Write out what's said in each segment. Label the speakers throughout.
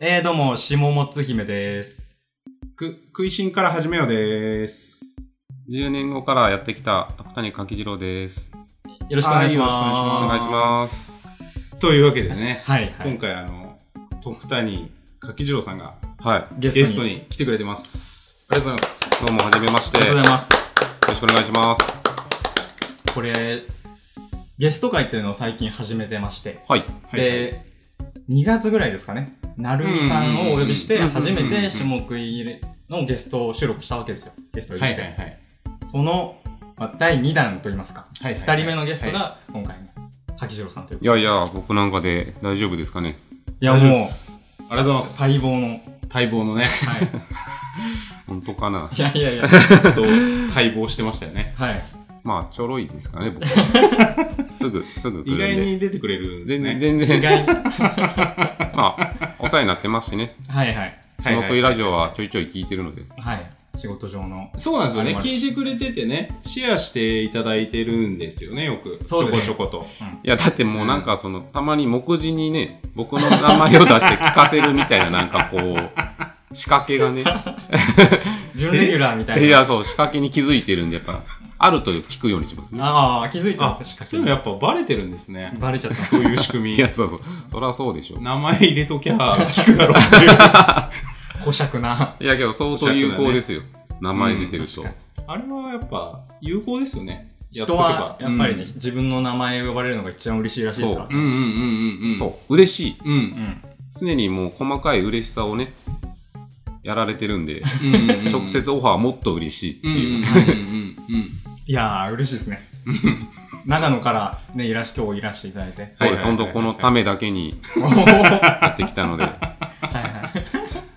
Speaker 1: えー、どうも、下もつ姫です。
Speaker 2: く、食いしんから始めようです。
Speaker 3: 10年後からやってきた芥谷柿次郎です。
Speaker 1: よろしくお願いします。
Speaker 2: はよろしくお願いします。というわけでね、
Speaker 1: はい、はい
Speaker 2: 今回あの、徳谷柿次郎さんが
Speaker 3: はい。
Speaker 1: ゲ
Speaker 2: ゲスト
Speaker 1: に。
Speaker 2: に来てくれてます。ありがとうございます。
Speaker 3: どうも、はじめまして。
Speaker 1: ありがとう
Speaker 3: よ
Speaker 1: ございます。
Speaker 3: ろしくお願いします。
Speaker 1: これ、ゲスト会っていうのを最近始めてまして。
Speaker 3: はい。
Speaker 2: はい
Speaker 1: で、2月ぐらいですかね。なるみさんをお呼びして、
Speaker 2: うんうんうん
Speaker 1: 初め
Speaker 2: うんうんう
Speaker 1: て
Speaker 2: ん
Speaker 1: 下食いのゲストを収録したわけですよ。ゲストを呼び
Speaker 2: はい
Speaker 1: し
Speaker 2: はい
Speaker 1: て。
Speaker 2: はい。はい
Speaker 1: その、まあ、第2弾といいますか。
Speaker 2: はい
Speaker 1: 2人目のゲスト
Speaker 2: は
Speaker 1: が、今回ね、柿次郎さんというこ
Speaker 3: いやいや、僕なんかで大丈夫ですかね。
Speaker 1: と。い
Speaker 2: い
Speaker 1: や、
Speaker 2: 大丈夫
Speaker 1: もう
Speaker 2: で、すありがとうございます。
Speaker 1: 待。望の。
Speaker 2: 待望のね、
Speaker 1: はい。。
Speaker 3: 本当かない
Speaker 1: やいやいや。
Speaker 2: ちょっと待望してましたよね。
Speaker 1: はい。
Speaker 3: まあ、ちょろいですかね、僕は。 すぐ、すぐ 来る
Speaker 2: 意
Speaker 3: んで。
Speaker 2: 外に出てくれるんです
Speaker 3: 全然、
Speaker 2: ね。
Speaker 3: 全
Speaker 1: 意
Speaker 3: 然、
Speaker 1: 外に。
Speaker 3: まあ、お世話になってますしね。
Speaker 1: はいはい。
Speaker 2: はいはい
Speaker 3: 下食いラジオはちょいちょい聞いてるので。
Speaker 1: はい。仕事上の。
Speaker 2: そうなんですよ
Speaker 1: あ
Speaker 2: ね。
Speaker 1: れもある
Speaker 2: 聞いてくれててね、シェアしていただいてるんですよね、よく。
Speaker 1: そうですね
Speaker 2: ちょこちょこと。
Speaker 3: いや、だってもうなんかその、たまに目次にね、僕の名前を出して聞かせるみたいな、なんかこ う、仕掛けがね。
Speaker 1: 準レギュラーみたいな。
Speaker 3: いや、そう、仕掛けに気づいてるんで、やっぱ、あると聞くようにしますね。
Speaker 1: ああ、気づいてま
Speaker 2: あ
Speaker 1: す、仕、
Speaker 2: そういうの
Speaker 1: 掛
Speaker 2: やっぱバレてるんですね
Speaker 1: け。。バレちゃった。
Speaker 2: そういう仕組み。
Speaker 3: いや、そうそう。そりゃそうでしょ。
Speaker 2: 名前入れときゃ聞くだろうっていう。
Speaker 1: 保釈な。
Speaker 3: いや、けど、相当有効ですよ。名前出てると。
Speaker 2: あれはやっぱ有効ですよね。やっと
Speaker 1: 人
Speaker 2: けば
Speaker 1: は、やっぱりね、、自分の名前を呼ばれるのが一番嬉しいらしいですから
Speaker 2: うん。うんうんうんうん。
Speaker 3: そう。嬉しい。
Speaker 2: う。うん。
Speaker 1: ん。
Speaker 3: 常にもう細かい嬉しさをね、やられてるんで、
Speaker 2: うんうんうん
Speaker 3: 直。接オファーもっと嬉しいって
Speaker 2: うんうんうん
Speaker 3: いう。
Speaker 2: うん
Speaker 1: いやー、嬉しいです ね。長野からね、いらし、今日いらしていただいて。
Speaker 3: そう
Speaker 2: はいはいはい
Speaker 3: です。本当このためだけに
Speaker 1: おー
Speaker 3: やってきたの で。
Speaker 1: はいはい。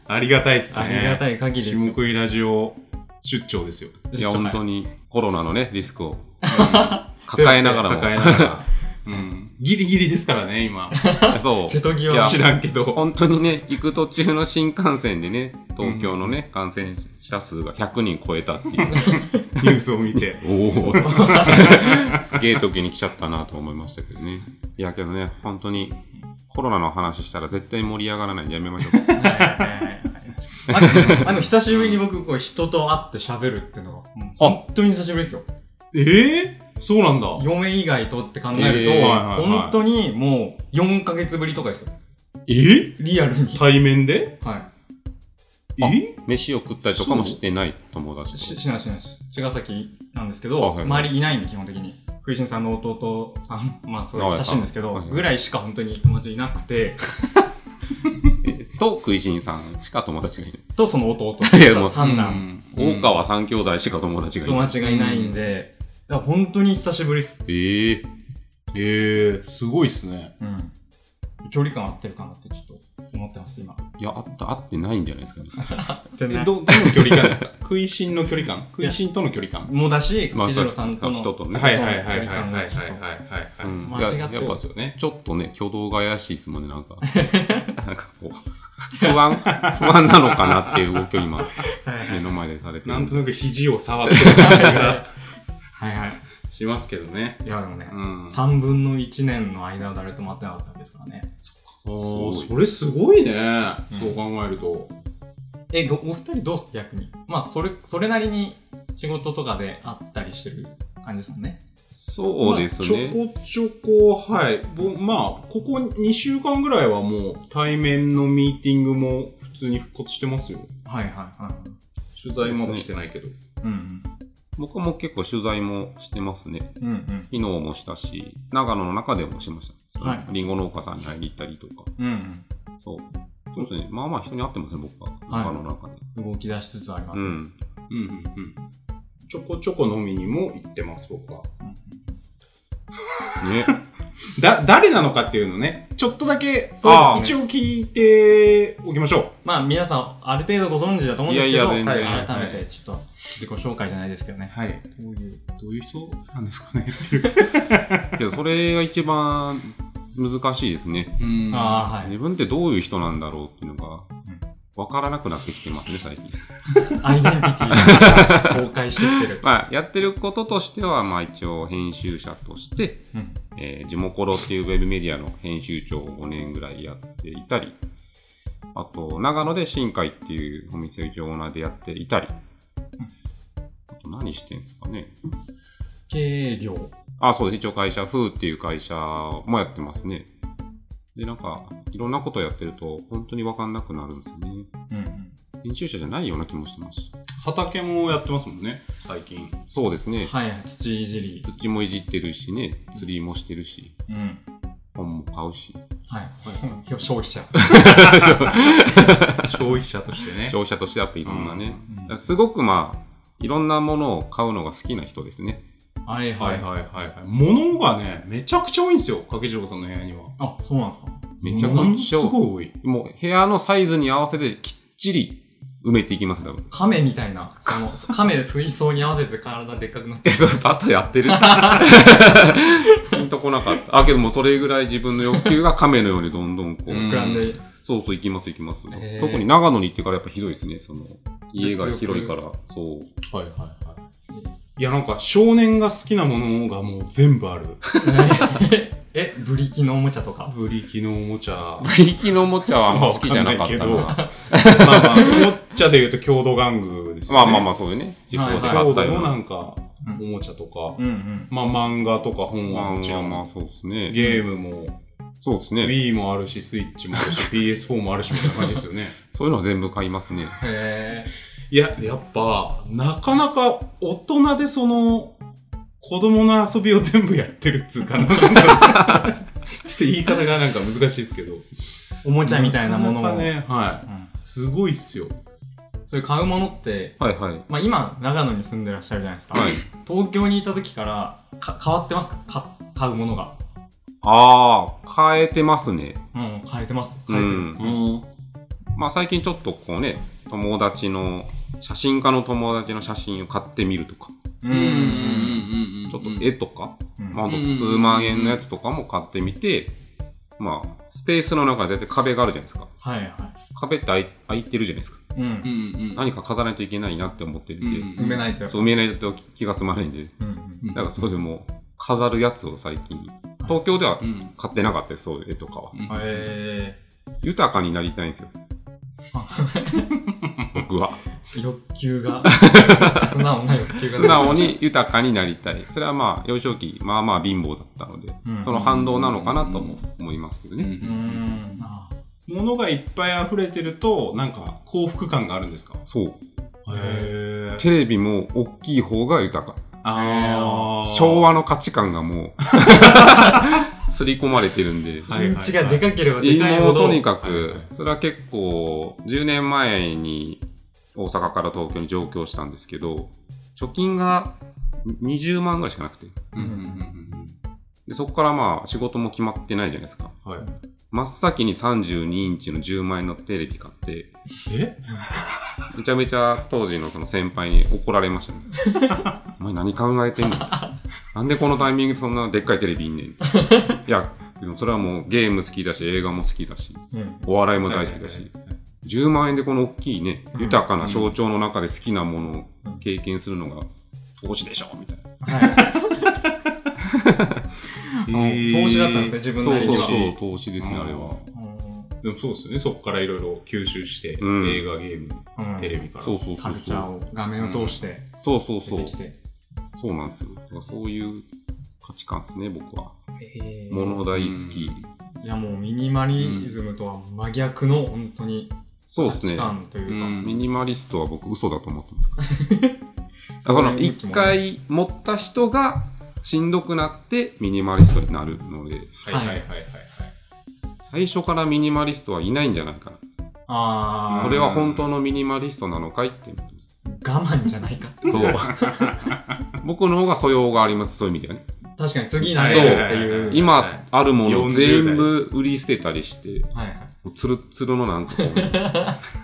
Speaker 2: ありがたいですね。
Speaker 1: ありがた
Speaker 2: い
Speaker 1: い限りです
Speaker 2: 下
Speaker 1: よ。
Speaker 2: 食いラジオ出張ですよ。
Speaker 3: いや、本当
Speaker 1: に。
Speaker 3: にコロナのね、リスクを抱えながら
Speaker 2: 抱え
Speaker 3: も。
Speaker 2: ながら。うん。ギリギリですから ね、今。
Speaker 3: そう。
Speaker 1: 瀬戸際
Speaker 3: いや
Speaker 2: 知らんけど。
Speaker 3: 本当にね、行く途中の新幹線でね、東京のね、感染者数が100人超えたっ ていう。
Speaker 2: ニュースを見て。
Speaker 3: おおすげえ時に来ちゃったなと思いましたけどね。いやけどね、本当にコロナの話したら絶対盛り上がらないんでやめましょう。
Speaker 1: はいはいはいはいあの、あの久しぶりに僕、こう、人と会って喋るっていうのが、もう本当に久しぶりですよ。
Speaker 2: ええそうなんだ。
Speaker 1: 嫁以外とって考えると、
Speaker 2: は
Speaker 3: えー
Speaker 2: いはいはい
Speaker 1: 本当にもう4ヶ月ぶりとかですよ。
Speaker 2: え
Speaker 1: リアルに。
Speaker 2: 対面で
Speaker 1: は
Speaker 3: あ
Speaker 2: え
Speaker 3: 飯を食ったりとかもしてない友
Speaker 1: い。
Speaker 3: 達
Speaker 1: し
Speaker 3: と。
Speaker 1: しないしないし。茅ヶ崎なんですけ
Speaker 3: あ
Speaker 1: ど、
Speaker 3: はい
Speaker 1: 周りいないんで基本的に。食いしんさんの弟さん、 まあそれ
Speaker 3: はい
Speaker 1: 親しいんですけど、
Speaker 3: はいはい
Speaker 1: ぐらいしか本当に友達いなく て、
Speaker 3: えと、食いしんさんしか友達がいない。
Speaker 1: とその弟、
Speaker 3: いやもう
Speaker 1: 三男、
Speaker 3: 大川三兄弟しか友達がい
Speaker 1: 友
Speaker 3: ない。
Speaker 1: 達がいないんで、だから本当に久しぶりです。
Speaker 3: ええ
Speaker 2: ええすごいっすね。
Speaker 1: うん。距離感合ってるかなってちょっと思ってます、今。
Speaker 3: いや、あった、あってないんじゃない ですかね。
Speaker 1: 全
Speaker 2: えど、どの距離感ですか食いしんの距離感食いしんとの距離感
Speaker 1: もうだし、
Speaker 3: まあ
Speaker 1: 柿次郎さんとの。
Speaker 3: 人とね。
Speaker 2: はいはいはいはいはいはいはいはい。
Speaker 3: うん
Speaker 1: 間
Speaker 3: いや
Speaker 1: 違って
Speaker 3: やっ
Speaker 1: る
Speaker 3: ぱ
Speaker 2: そうですよね
Speaker 3: ちょっとね、挙動が怪しいですもんね、なんか。 なんかこう、不安、 不安なのかなっていう動きを今、 目の前でされてる。
Speaker 2: なんとなく肘を触ってる感じが
Speaker 1: はいはい。
Speaker 2: しますけどね。
Speaker 1: いや、でもね、
Speaker 2: うん。
Speaker 1: 3分の1年の間は誰とも会ってなかったんですからね。
Speaker 2: おー
Speaker 3: すごい
Speaker 2: それすごいね。
Speaker 1: うん
Speaker 2: そう考えると。
Speaker 1: え、ごお二人どうす逆に。まあ、それ、それなりに仕事とかで会ったりしてる感じですもんね。
Speaker 3: そうですね。
Speaker 2: まあちょこちょこ、はい。ぼまあ、ここ2週間ぐらいはもう対面のミーティングも普通に復活してますよ。
Speaker 1: はいはいはい。
Speaker 2: 取材まだしてないけど。
Speaker 1: うん
Speaker 3: 僕も結構取材もしてますね。
Speaker 1: うん。うん
Speaker 3: 昨日もしたし、長野の中でもしました。
Speaker 1: はい
Speaker 3: リンゴ農家さんに会いに行ったりとか。
Speaker 1: うん。うん
Speaker 3: そう。そうですね。まあまあ人に会ってますね、僕は。
Speaker 1: はい
Speaker 3: 長野の中で。
Speaker 1: うん。動き出しつつあります。
Speaker 3: う
Speaker 1: うん
Speaker 3: ん。
Speaker 2: うんうんうん。ちょこちょこ飲みにも行ってます、僕は。
Speaker 3: ね。
Speaker 2: だ、誰なのかっていうのね、ちょっとだけ、
Speaker 1: そうです
Speaker 2: 一応聞いておきましょ
Speaker 1: まあ、皆さん、ある程度ご存知だと思うんですけど、
Speaker 3: いやいや全然
Speaker 1: はい改
Speaker 2: は
Speaker 1: め
Speaker 2: い
Speaker 1: て、ちょっと、自己紹介じゃないですけど
Speaker 2: う。
Speaker 1: ね。
Speaker 2: はい。
Speaker 1: どういう。
Speaker 2: どういう人なんですかねっていう。
Speaker 3: けど、それが一番難しいですね。
Speaker 2: うん
Speaker 1: ああ、はい。
Speaker 3: 自分ってどういう人なんだろうっていうのが、わからなくなってきてますね、最近。
Speaker 1: アイデンティティが崩壊してきてる。
Speaker 3: まあ、やってることとしては、まあ一応編集者として、
Speaker 1: うん
Speaker 3: えー、ジモコロっていうウェブメディアの編集長を5年ぐらいやっていたり、あと、長野で新海っていうお店を一応オーナーでやっていたり、あと何してんですかね。
Speaker 1: 経営業。
Speaker 3: あ、そうです。一応会社、フーっていう会社もやってますね。で、なんか、いろんなことやってると、本当にわかんなくなるんですよね。
Speaker 1: うんうん
Speaker 3: 編集者じゃないような気もしてます。
Speaker 2: 畑もやってますもんね、最近。
Speaker 3: そうですね。
Speaker 1: はい、土いじり。
Speaker 3: 土もいじってるしね、釣りもしてるし、
Speaker 1: うん。
Speaker 3: 本も買うし、
Speaker 1: はい。うん消費者。
Speaker 2: 消費者としてね。
Speaker 3: 消費者としてやっぱいろんなね、
Speaker 1: うん
Speaker 3: だからすごくまあ、いろんなものを買うのが好きな人ですね。
Speaker 1: はいは
Speaker 2: はい
Speaker 1: い。
Speaker 2: はいはいはい。物がね、めちゃくちゃ多いんですよ、掛城さんの部屋には。
Speaker 1: あ、そうなんですか
Speaker 3: めちゃ
Speaker 2: も
Speaker 3: く
Speaker 2: の
Speaker 3: ち
Speaker 2: す
Speaker 3: ゃ、
Speaker 2: ごい多い。
Speaker 3: もう部屋のサイズに合わせてきっちり埋めていきます、多分。
Speaker 1: 亀みたいな、その、亀で水槽に合わせて体でっかくなって。
Speaker 3: え、そう、あとやってる。ピンとこなかった。あ、けどもうそれぐらい自分の欲求が亀のようにどんどんこう。
Speaker 2: うん
Speaker 1: 膨らんで、
Speaker 3: そうそう、行きます行きます。
Speaker 1: へー
Speaker 3: 特に長野に行ってからやっぱひどいですね、その。家が広いから、そう。
Speaker 2: はいはいはい。いやなんか少年が好きなものがもう全部ある。
Speaker 1: え、ブリキのおもちゃとか。
Speaker 2: ブリキのおもちゃ。
Speaker 3: ブリキのおもちゃはあんま好きじゃなかったな。
Speaker 2: わまあまあ、おもちゃで言うと郷土玩具です
Speaker 3: ま
Speaker 2: よ
Speaker 3: あ
Speaker 2: ね。
Speaker 3: まあま
Speaker 2: あ。
Speaker 3: あ、そうよね。地方で買
Speaker 2: 郷
Speaker 3: った
Speaker 2: 土
Speaker 3: よう
Speaker 2: のな
Speaker 3: な。
Speaker 2: んか、
Speaker 1: うん
Speaker 2: おもちゃとか、
Speaker 1: うんうん。
Speaker 2: まあ漫画とか本
Speaker 3: ま
Speaker 2: は
Speaker 3: あ
Speaker 2: もち
Speaker 3: ま
Speaker 2: ろ
Speaker 3: あ
Speaker 2: ん、
Speaker 3: まあ、そうですね。
Speaker 2: ゲームも、
Speaker 3: そうですね。
Speaker 2: Wii もあるし、スイッチもあるし、PS4 もあるし、みたいな感じですよね。
Speaker 3: そういうのは全部買いますね。
Speaker 1: へ
Speaker 2: いや、やっぱ、なかなか大人でその、子供の遊びを全部やってるっつうかな。なんかちょっと言い方がなんか難しいですけど。
Speaker 1: ーおもちゃみたいなもの
Speaker 2: か
Speaker 1: を。
Speaker 2: かね、は
Speaker 1: うん
Speaker 2: い。すごいっすよ。
Speaker 1: それ買うものって、
Speaker 3: はいはい。
Speaker 1: まあ今、長野に住んでらっしゃるじゃないですか。
Speaker 3: はい。
Speaker 1: 東京にいた時から、か変わってますかか買うものが。
Speaker 3: ああ、変えてますね。
Speaker 1: うん、変えてます。
Speaker 3: う
Speaker 1: 変えてる。
Speaker 3: ん。まあ最近ちょっとこうね、友達の、写真家の友達の写真を買ってみるとか、
Speaker 1: う
Speaker 2: うんうんうん
Speaker 1: ん。
Speaker 2: うんうん。
Speaker 3: ちょっと絵とか、
Speaker 1: うん
Speaker 3: まあ、あと数万円のやつとかも買ってみて、まあ、スペースの中に絶対壁があるじゃないですか。
Speaker 1: はいは
Speaker 3: 壁って開い開いてるじゃないですか。
Speaker 1: い。うん。
Speaker 2: んうん
Speaker 3: 何か飾らないといけないなって思ってるんで、
Speaker 2: うん
Speaker 1: 埋めないとやっぱ
Speaker 3: そう見えないと気が済まないんで、
Speaker 1: うんうん。
Speaker 3: だからそれでもう飾るやつを最近、東京では買ってなかったです、そういう絵とかは。
Speaker 1: え
Speaker 3: 豊かになりたいんですよ。僕は。
Speaker 1: ー、欲求が、素直な欲求が。
Speaker 3: 素直。に豊かになりたい。それはまあ、幼少期、まあまあ貧乏だったので、
Speaker 1: うん
Speaker 3: その反動なのかなとも思いますけどね。
Speaker 1: うーん。あ
Speaker 2: 物がいっぱい溢れてると、なんか幸福感があるんですか
Speaker 3: そう。
Speaker 2: へ
Speaker 3: テレビも大きい方が豊か。
Speaker 2: あー
Speaker 3: 昭。和の価値観がも う、刷り込まれてるんで。
Speaker 2: はいはい
Speaker 1: インチがでかければでかい
Speaker 3: も
Speaker 1: ほ
Speaker 3: う
Speaker 1: ど。
Speaker 3: とにか
Speaker 2: はい
Speaker 3: く
Speaker 2: はい、
Speaker 3: それは結構、10年前に大阪から東京に上京したんですけど、貯金が20万ぐらいしかなくて。
Speaker 2: うんうんうん
Speaker 3: でそこからまあ仕事も決まってないじゃないですか。
Speaker 2: うん。はい。
Speaker 3: 真っ先に32インチの10万円のテレビ買って、
Speaker 2: え
Speaker 3: めちゃめちゃ当時のその先輩に怒られましたね。 お前何考えてんのなんでこのタイミングでそんなでっかいテレビいんねん。いや、でもそれはもうゲーム好きだし、映画も好きだし、
Speaker 1: うん。
Speaker 3: お笑いも大好きだし、10万円でこの大きいね、
Speaker 1: うん
Speaker 3: 豊かな象徴の中で好きなもの
Speaker 1: う
Speaker 3: を
Speaker 1: ん
Speaker 3: 経験するのが投資でしょみたいな。
Speaker 1: はい。
Speaker 2: え
Speaker 1: 投資だったんですね、自分
Speaker 3: そ
Speaker 1: な
Speaker 3: う
Speaker 1: り
Speaker 3: そう
Speaker 1: に
Speaker 3: そ
Speaker 1: は。
Speaker 3: う、投資ですね、
Speaker 2: うん
Speaker 3: あれは。
Speaker 1: う
Speaker 2: でもそうですよね、そこからいろいろ吸収して、
Speaker 3: うん
Speaker 2: 映画、ゲーム、
Speaker 1: んうん
Speaker 2: テレビから。
Speaker 3: そうそう
Speaker 1: カ
Speaker 3: そう
Speaker 1: ルチャー
Speaker 3: そう。
Speaker 1: を画面を通して
Speaker 3: そうそうそ
Speaker 1: 出て
Speaker 3: う
Speaker 1: き。て。
Speaker 3: そうなんですよ。だからそういう価値観ですね、僕は。
Speaker 1: えー
Speaker 3: 物大好き。
Speaker 1: いやもうミニマリズムとは真逆の本当に
Speaker 3: そう
Speaker 1: 価
Speaker 3: です
Speaker 1: 値
Speaker 3: ね。
Speaker 1: 観というか。
Speaker 2: うん
Speaker 3: ミニマリストは僕嘘だと思ってますからあそ
Speaker 1: そう
Speaker 3: の
Speaker 1: いう向き
Speaker 3: 一
Speaker 1: も
Speaker 3: 回持った人がしんどくなってミニマリストになるので、
Speaker 2: はいはいはいはい。
Speaker 3: 最初からミニマリストはいないんじゃないか
Speaker 1: あ
Speaker 3: な。
Speaker 1: あ、
Speaker 3: それは本当のミニマリストなのかいっていうことです。
Speaker 1: 我慢じゃないかって。
Speaker 3: そう。僕の方が素養があります、そういう意味ではね。
Speaker 1: 確かに次何
Speaker 2: はい
Speaker 1: や
Speaker 3: そう
Speaker 1: ろうっていう。
Speaker 2: はい
Speaker 3: 今あるものを
Speaker 2: 40代
Speaker 3: 全部売り捨てたりして、
Speaker 1: はいはい。
Speaker 3: もうツルッツルのなんかこう、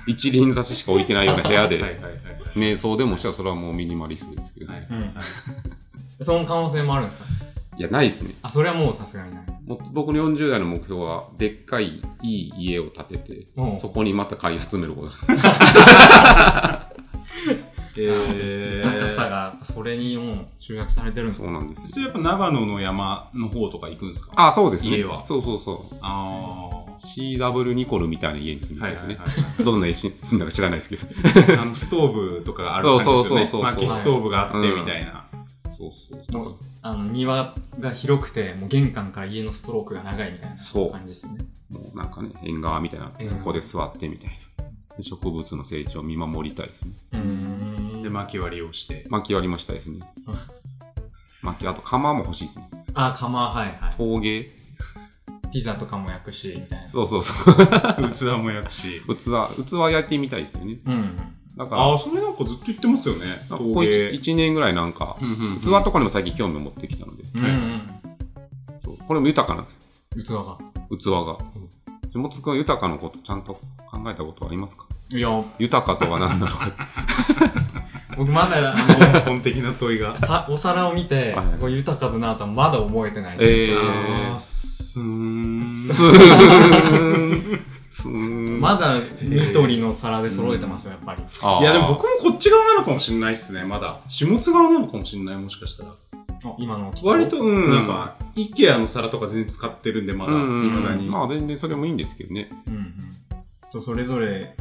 Speaker 3: 一輪差ししか置いてないような部屋
Speaker 2: はい
Speaker 3: で、
Speaker 2: はいはいはい。
Speaker 3: 瞑想でもしたらそれはもうミニマリストですけど、
Speaker 2: はい
Speaker 3: ね
Speaker 2: はいはい
Speaker 1: その可能性もあるんですか
Speaker 3: いや、ないですね。
Speaker 1: あ、それはもうさすがにない。
Speaker 3: もっと僕の40代の目標は、でっかいいい家を建てて、
Speaker 1: うん
Speaker 3: そこにまた買い集めること。
Speaker 2: え
Speaker 1: 豊かさが、それにもう集約されてるんです
Speaker 3: そうなんです。
Speaker 2: それやっぱ長野の山の方とか行くんですか
Speaker 3: あ、そうですね。
Speaker 2: 家は
Speaker 3: そうそうそう。
Speaker 2: ああ
Speaker 3: CW ニコルみたいな家に住みたいですね。
Speaker 2: はいはいはい
Speaker 3: どんな家に住んだか知らないですけど。
Speaker 2: あのストーブとかがある感じですよね
Speaker 3: そうそうそうそう
Speaker 2: 薪ストーブがあってみたいな、
Speaker 3: そうそう
Speaker 1: もう、あの、庭が広くて、もう玄関から家のストロークが長いみたいな
Speaker 3: そう
Speaker 1: 感じですね。
Speaker 3: もうなんかね、縁側みたいなのあって、
Speaker 1: うん
Speaker 3: そこで座ってみたいな。で植物の成長を見守りたいですね。
Speaker 1: うーん。
Speaker 2: で薪割りを して
Speaker 3: 薪割りもしたいですね
Speaker 1: うん。
Speaker 3: 薪、あと釜も欲しいですね。
Speaker 1: あ、釜、はいは
Speaker 3: 陶芸
Speaker 1: い。ピザとかも焼くし、みたいな。
Speaker 3: そうそうそう。
Speaker 2: 器も焼くし
Speaker 3: 器、器焼いてみたいですよね。
Speaker 1: う。ん。
Speaker 3: だから、
Speaker 2: ああそれなんかずっと言ってますよね
Speaker 3: なんか
Speaker 2: 陶
Speaker 3: ここ
Speaker 2: 芸
Speaker 3: 1, 年ぐらいなんか、
Speaker 2: うんうんうん
Speaker 3: 器とかにも最近興味を持ってきたので、
Speaker 1: うんうん。
Speaker 3: そうこれも豊かなんですよ。
Speaker 1: 器が。
Speaker 3: 器が。地元くんは豊かのことちゃんと考えたことはありますか
Speaker 1: いや、
Speaker 3: 豊かとは何だろ うか。
Speaker 1: 僕まだ、あ
Speaker 2: 根 本的な問いが
Speaker 1: の、さお皿を見て
Speaker 3: はい、
Speaker 1: これ豊かだなとはまだ思えてないです。
Speaker 3: え
Speaker 2: あ
Speaker 3: ー
Speaker 2: ー、すーん
Speaker 3: すーん。すーん。
Speaker 1: まだ緑の皿で揃えてますよ、やっぱり。
Speaker 3: あー
Speaker 2: いやでも僕もこっち側なのかもしれないですねまだ下津側なのかもしれないもしかしたら
Speaker 1: あ今のを聞く
Speaker 2: 割とうんんなんか IKEA の皿とか全然使ってるんでまだ
Speaker 3: うんうん
Speaker 2: 未だ
Speaker 3: うん
Speaker 2: に
Speaker 3: まあ全然それもいいんですけどね。
Speaker 1: うんうん。とそれぞれ、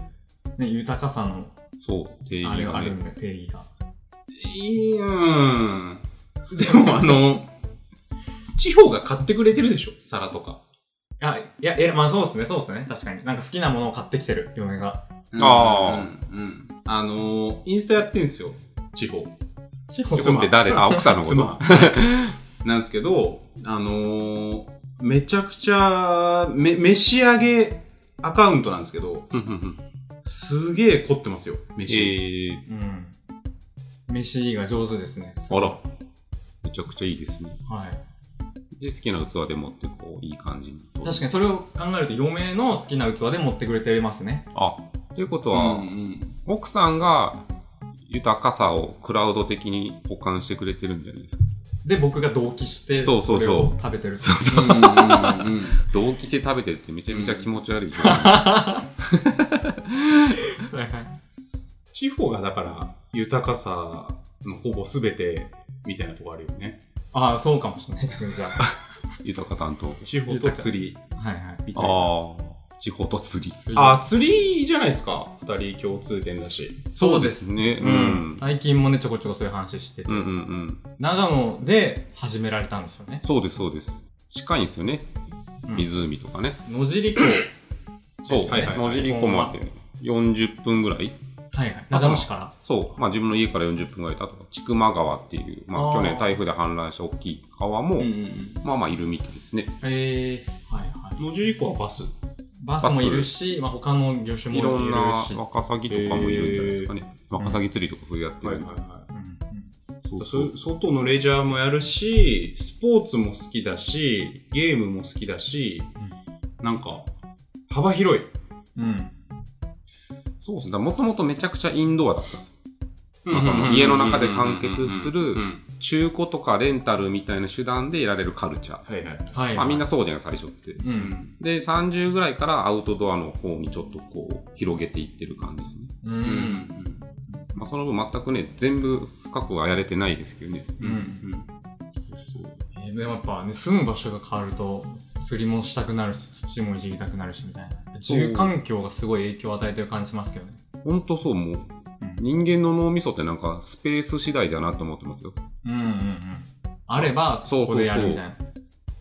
Speaker 1: ね、豊かさの、
Speaker 3: そう、定
Speaker 1: あ
Speaker 3: 義
Speaker 1: れが
Speaker 3: が
Speaker 1: ある
Speaker 3: ね
Speaker 1: ん。だ、定義が。
Speaker 2: いいうんでもあの地方が買ってくれてるでしょ皿とか
Speaker 1: あ、いや、いや、まあそうですね、そうですね。確かに。なんか好きなものを買ってきてる、嫁が。
Speaker 3: あ
Speaker 2: ーうん、うん、あのーインスタやってんすよ地方
Speaker 1: 地
Speaker 3: 自分って誰あ、奥さんのこと。
Speaker 2: 妻 なんですけど、あのーめちゃくちゃ、め、飯上げアカウントなんですけど、
Speaker 3: うんうんうん
Speaker 2: すげえ凝ってますよ、
Speaker 3: え
Speaker 2: 飯。
Speaker 3: ー、
Speaker 1: うん。飯が上手ですね。
Speaker 3: あら。めちゃくちゃいいですね。
Speaker 1: はい。
Speaker 3: で、好きな器で持って、こう、いい感じに。
Speaker 1: 確かにそれを考えると、嫁の好きな器で持ってくれてますね。
Speaker 3: あ、ということ
Speaker 2: う
Speaker 3: は、
Speaker 2: んうん
Speaker 3: 奥さんが豊かさをクラウド的に保管してくれてるんじゃないですか。
Speaker 1: で、僕が同期して、
Speaker 3: そうそうそう
Speaker 1: れを食べてる。
Speaker 3: そうそう
Speaker 2: う。んうん うん
Speaker 3: 同期して食べてるってめちゃめちゃ気持ち悪い。
Speaker 1: はいはい
Speaker 2: 地方がだから、豊かさのほぼ全て、みたいなとこあるよね。
Speaker 1: ああ、そうかもしれないですね、じゃあ。
Speaker 3: 豊か担当。
Speaker 2: 地方と釣り、
Speaker 1: はいはい。
Speaker 2: みたいな。
Speaker 3: ああ、地方と釣り。
Speaker 2: あー、釣りじゃないですか。二人共通点だし。
Speaker 1: そうです
Speaker 3: ね。う
Speaker 1: うんん。。最近もね、ちょこちょこそういう話してて
Speaker 3: うんう。んうん。
Speaker 1: 長野で始められたんですよね。
Speaker 3: そうです、そうです。近いんですよね。
Speaker 1: うん
Speaker 3: 湖とかね。
Speaker 1: 野尻 湖。
Speaker 3: そう。
Speaker 2: はいはいはい
Speaker 3: 野尻湖まで40分ぐらい。
Speaker 1: はいはい。長野市から。
Speaker 3: そう。まあ自分の家から40分ぐらいだと、千曲川っていう、ま
Speaker 1: あー
Speaker 3: あ去年台風で氾濫した大きい川も、
Speaker 2: ん。
Speaker 3: まあまあいるみたいですね。
Speaker 1: ええー。はいはい。
Speaker 2: 野尻湖はバス。
Speaker 1: バスもいるし、まあ、他の魚種
Speaker 3: い
Speaker 1: も
Speaker 3: ろ
Speaker 1: い
Speaker 3: ん
Speaker 1: る
Speaker 3: な
Speaker 1: し。
Speaker 3: ワカサギとかもいるんじゃないですかね。ワカサギ釣りとか冬やって
Speaker 2: は
Speaker 3: る。
Speaker 2: い。
Speaker 1: うん
Speaker 3: そう
Speaker 2: そ
Speaker 3: そう
Speaker 2: う外のレジャーもやるし、スポーツも好きだし、ゲームも好きだし、なんか、幅広い。
Speaker 1: うんうん。
Speaker 3: そうですね。もともとめちゃくちゃインドアだったんですよまあ
Speaker 2: うん
Speaker 3: そ
Speaker 2: うんうんうんう
Speaker 3: の
Speaker 2: ん
Speaker 3: 家の中で完結する
Speaker 2: うん
Speaker 3: 中古とかレンタルみたいな手段で得られるカルチャー。
Speaker 2: はいはい。
Speaker 1: はい。
Speaker 3: まあみんな、そうじゃん、最初って。
Speaker 1: う。
Speaker 2: うんん。
Speaker 3: で、30ぐらいからアウトドアの方にちょっとこう、広げていってる感じですね。
Speaker 1: う。
Speaker 2: うんん。
Speaker 3: まあその分全くね、全部深くはやれてないですけどね。
Speaker 2: うんうん。
Speaker 1: えーでもやっぱね、住む場所が変わると、釣りもしたくなるし、土もいじりたくなるし、みたいな。住環境がすごい影響を与えてる感じしますけどね。
Speaker 3: ほんとそう、もう、人間の脳みそってなんかスペース次第だなと思ってますよ。
Speaker 1: うんうんうん。あれば、
Speaker 3: そうそうそう
Speaker 1: そこでやるみたいな。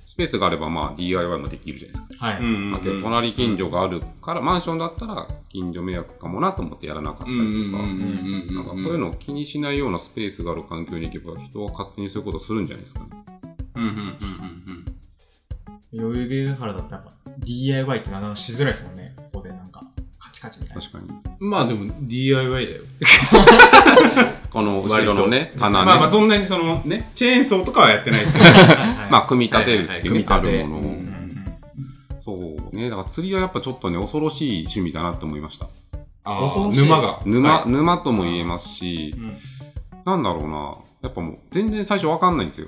Speaker 3: スペースがあればまあ DIY もできるじゃないですか。
Speaker 1: はい。
Speaker 2: うんうん
Speaker 3: まあ、けど隣近所があるから、マンションだったら近所迷惑かもなと思ってやらなかった
Speaker 2: う
Speaker 3: り
Speaker 2: ん
Speaker 3: と
Speaker 2: う
Speaker 3: か、
Speaker 2: んうんうんうん。
Speaker 3: なんかそういうのを気にしないようなスペースがある環境に行けば、人は勝手にそういうことするんじゃないですかね。
Speaker 2: うんうんうんうん
Speaker 1: 代々木上原だったらやっぱ、DIY ってなかなかしづらいですもんね。ここでなんか、カチカチみたいな。
Speaker 3: 確かに。
Speaker 2: うん。まあでも DIY だよ。
Speaker 3: この後ろのね、棚ね。
Speaker 2: まあまあ
Speaker 3: ま
Speaker 2: そんなにそのね、チェーンソーとかはやってないですけど。
Speaker 3: あ、
Speaker 1: ま
Speaker 3: 組み立てるっていう
Speaker 2: は
Speaker 3: ね、
Speaker 2: いはいはい
Speaker 3: あるものを、
Speaker 2: 組み立て
Speaker 3: そうね。だから釣りはやっぱちょっとね、恐ろしい趣味だなと思いました。
Speaker 2: あー
Speaker 1: 恐ろしい
Speaker 2: 沼が。
Speaker 3: 沼、
Speaker 2: はい
Speaker 3: 沼とも言えますし、なんだろうな。やっぱもう全然最初わかんないんですよ。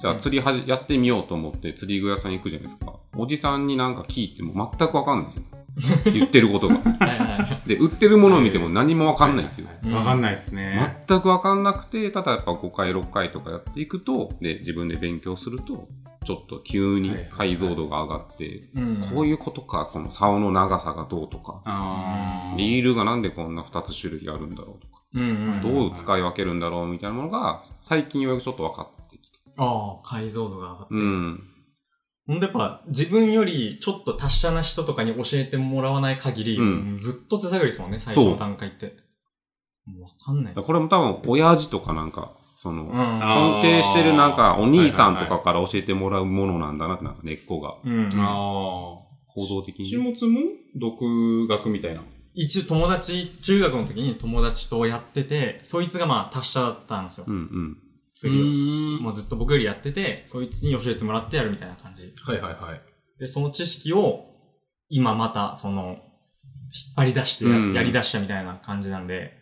Speaker 3: じゃあ釣りはじ、やってみようと思って釣り具屋さんに行くじゃないですか。おじさんになんか聞いても全くわかんないです よ。言ってることが。
Speaker 1: はいは
Speaker 3: で、売ってるものを見ても何もわかんないですよ。
Speaker 1: うん
Speaker 2: わかんないですね。
Speaker 3: 全くわかんなくて、ただやっぱ5回、6回とかやっていくと、で、自分で勉強すると、ちょっと急に解像度が上がって、
Speaker 1: い。うん
Speaker 3: こういうことか、この竿の長さがどうとか、
Speaker 2: あー
Speaker 3: リールがなんでこんな2つ種類あるんだろうとか、
Speaker 1: うんうん。
Speaker 3: どう使い分けるんだろうみたいなものが、最近ようやくちょっと分かってきた。
Speaker 1: ああ、解像度が上がった。
Speaker 3: うん。
Speaker 1: ほんでやっぱ、自分よりちょっと達者な人とかに教えてもらわない限り、
Speaker 3: うん
Speaker 1: ずっと手探りですもんね、最初の段階って。もうわかんない
Speaker 3: だ
Speaker 1: っす
Speaker 3: からこれも多分、親父とかなんか、その、
Speaker 1: うん。
Speaker 2: あ
Speaker 3: 尊敬してるなんか、
Speaker 2: あー
Speaker 3: お兄さんと
Speaker 2: は
Speaker 3: かから教えてもらうものなんだなって、なんか根っこが、
Speaker 1: うん。
Speaker 2: あ
Speaker 3: 行動的
Speaker 2: ー。
Speaker 3: に。
Speaker 2: 沈没も独学みたいな。
Speaker 1: 一応友達、中学の時に友達とやってて、そいつがまあ達者だったんですよ
Speaker 3: う。んうん。
Speaker 1: 釣りを
Speaker 2: ん
Speaker 1: もうずっと僕よりやってて、そいつに教えてもらってやるみたいな感じ。
Speaker 2: はいはいはい。
Speaker 1: で、その知識を、今また、その、引っ張り出してや、
Speaker 3: うん
Speaker 1: やり出したみたいな感じなんで、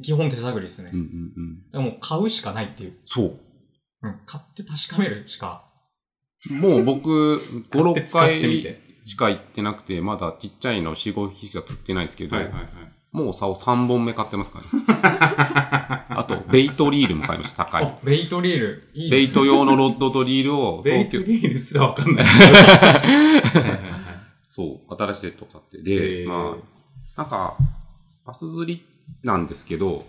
Speaker 1: 基本手探りですね。
Speaker 3: うんうんうん。
Speaker 1: だからもう買うしかないっていう。
Speaker 3: そう。
Speaker 1: うん、買って確かめるしか。
Speaker 3: もう 僕、5、6
Speaker 2: 使ってみ
Speaker 3: 回
Speaker 2: て。
Speaker 3: しか行ってなくて、まだちっちゃいの4、5匹しか釣ってないですけど、
Speaker 2: はいはいはい。
Speaker 3: もう竿3本目買ってますからね。 あと、ベイトリールも買いました、高い。
Speaker 1: あ、ベイトリール。いい
Speaker 3: ベ
Speaker 1: で
Speaker 3: イ
Speaker 1: す
Speaker 3: ト用のロッドとリールを
Speaker 2: ベイ
Speaker 3: 東
Speaker 2: ト
Speaker 3: 京、
Speaker 2: リールすらわかんない。
Speaker 3: そう、新しいと買って。で、
Speaker 2: へー
Speaker 3: まあ、なんか、バス釣りなんですけど、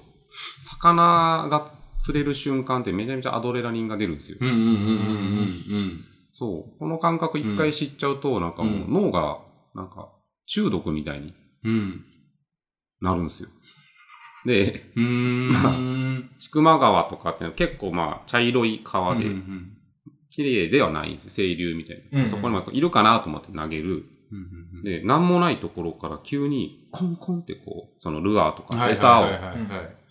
Speaker 3: 魚が釣れる瞬間ってめちゃめちゃアドレナリンが出るんですよ。
Speaker 2: うんうんうんうん
Speaker 3: そう。この感覚一回知っちゃうと、なんかもう脳が、なんか、中毒みたいに
Speaker 2: うん。うん。
Speaker 3: なるんですよ。で、
Speaker 2: うーん。
Speaker 3: 千曲川とかってのは結構まあ、茶色い川で
Speaker 2: うんう、ん
Speaker 3: 綺麗ではないんですよ。清流みたいな。
Speaker 1: うんうん
Speaker 3: そこにもいるかなと思って投げる。
Speaker 2: うんうん
Speaker 3: で、なんもないところから急に、コンコンってこう、そのルアーと
Speaker 2: はいは
Speaker 3: か
Speaker 2: い
Speaker 3: 餌を
Speaker 2: はいはいはい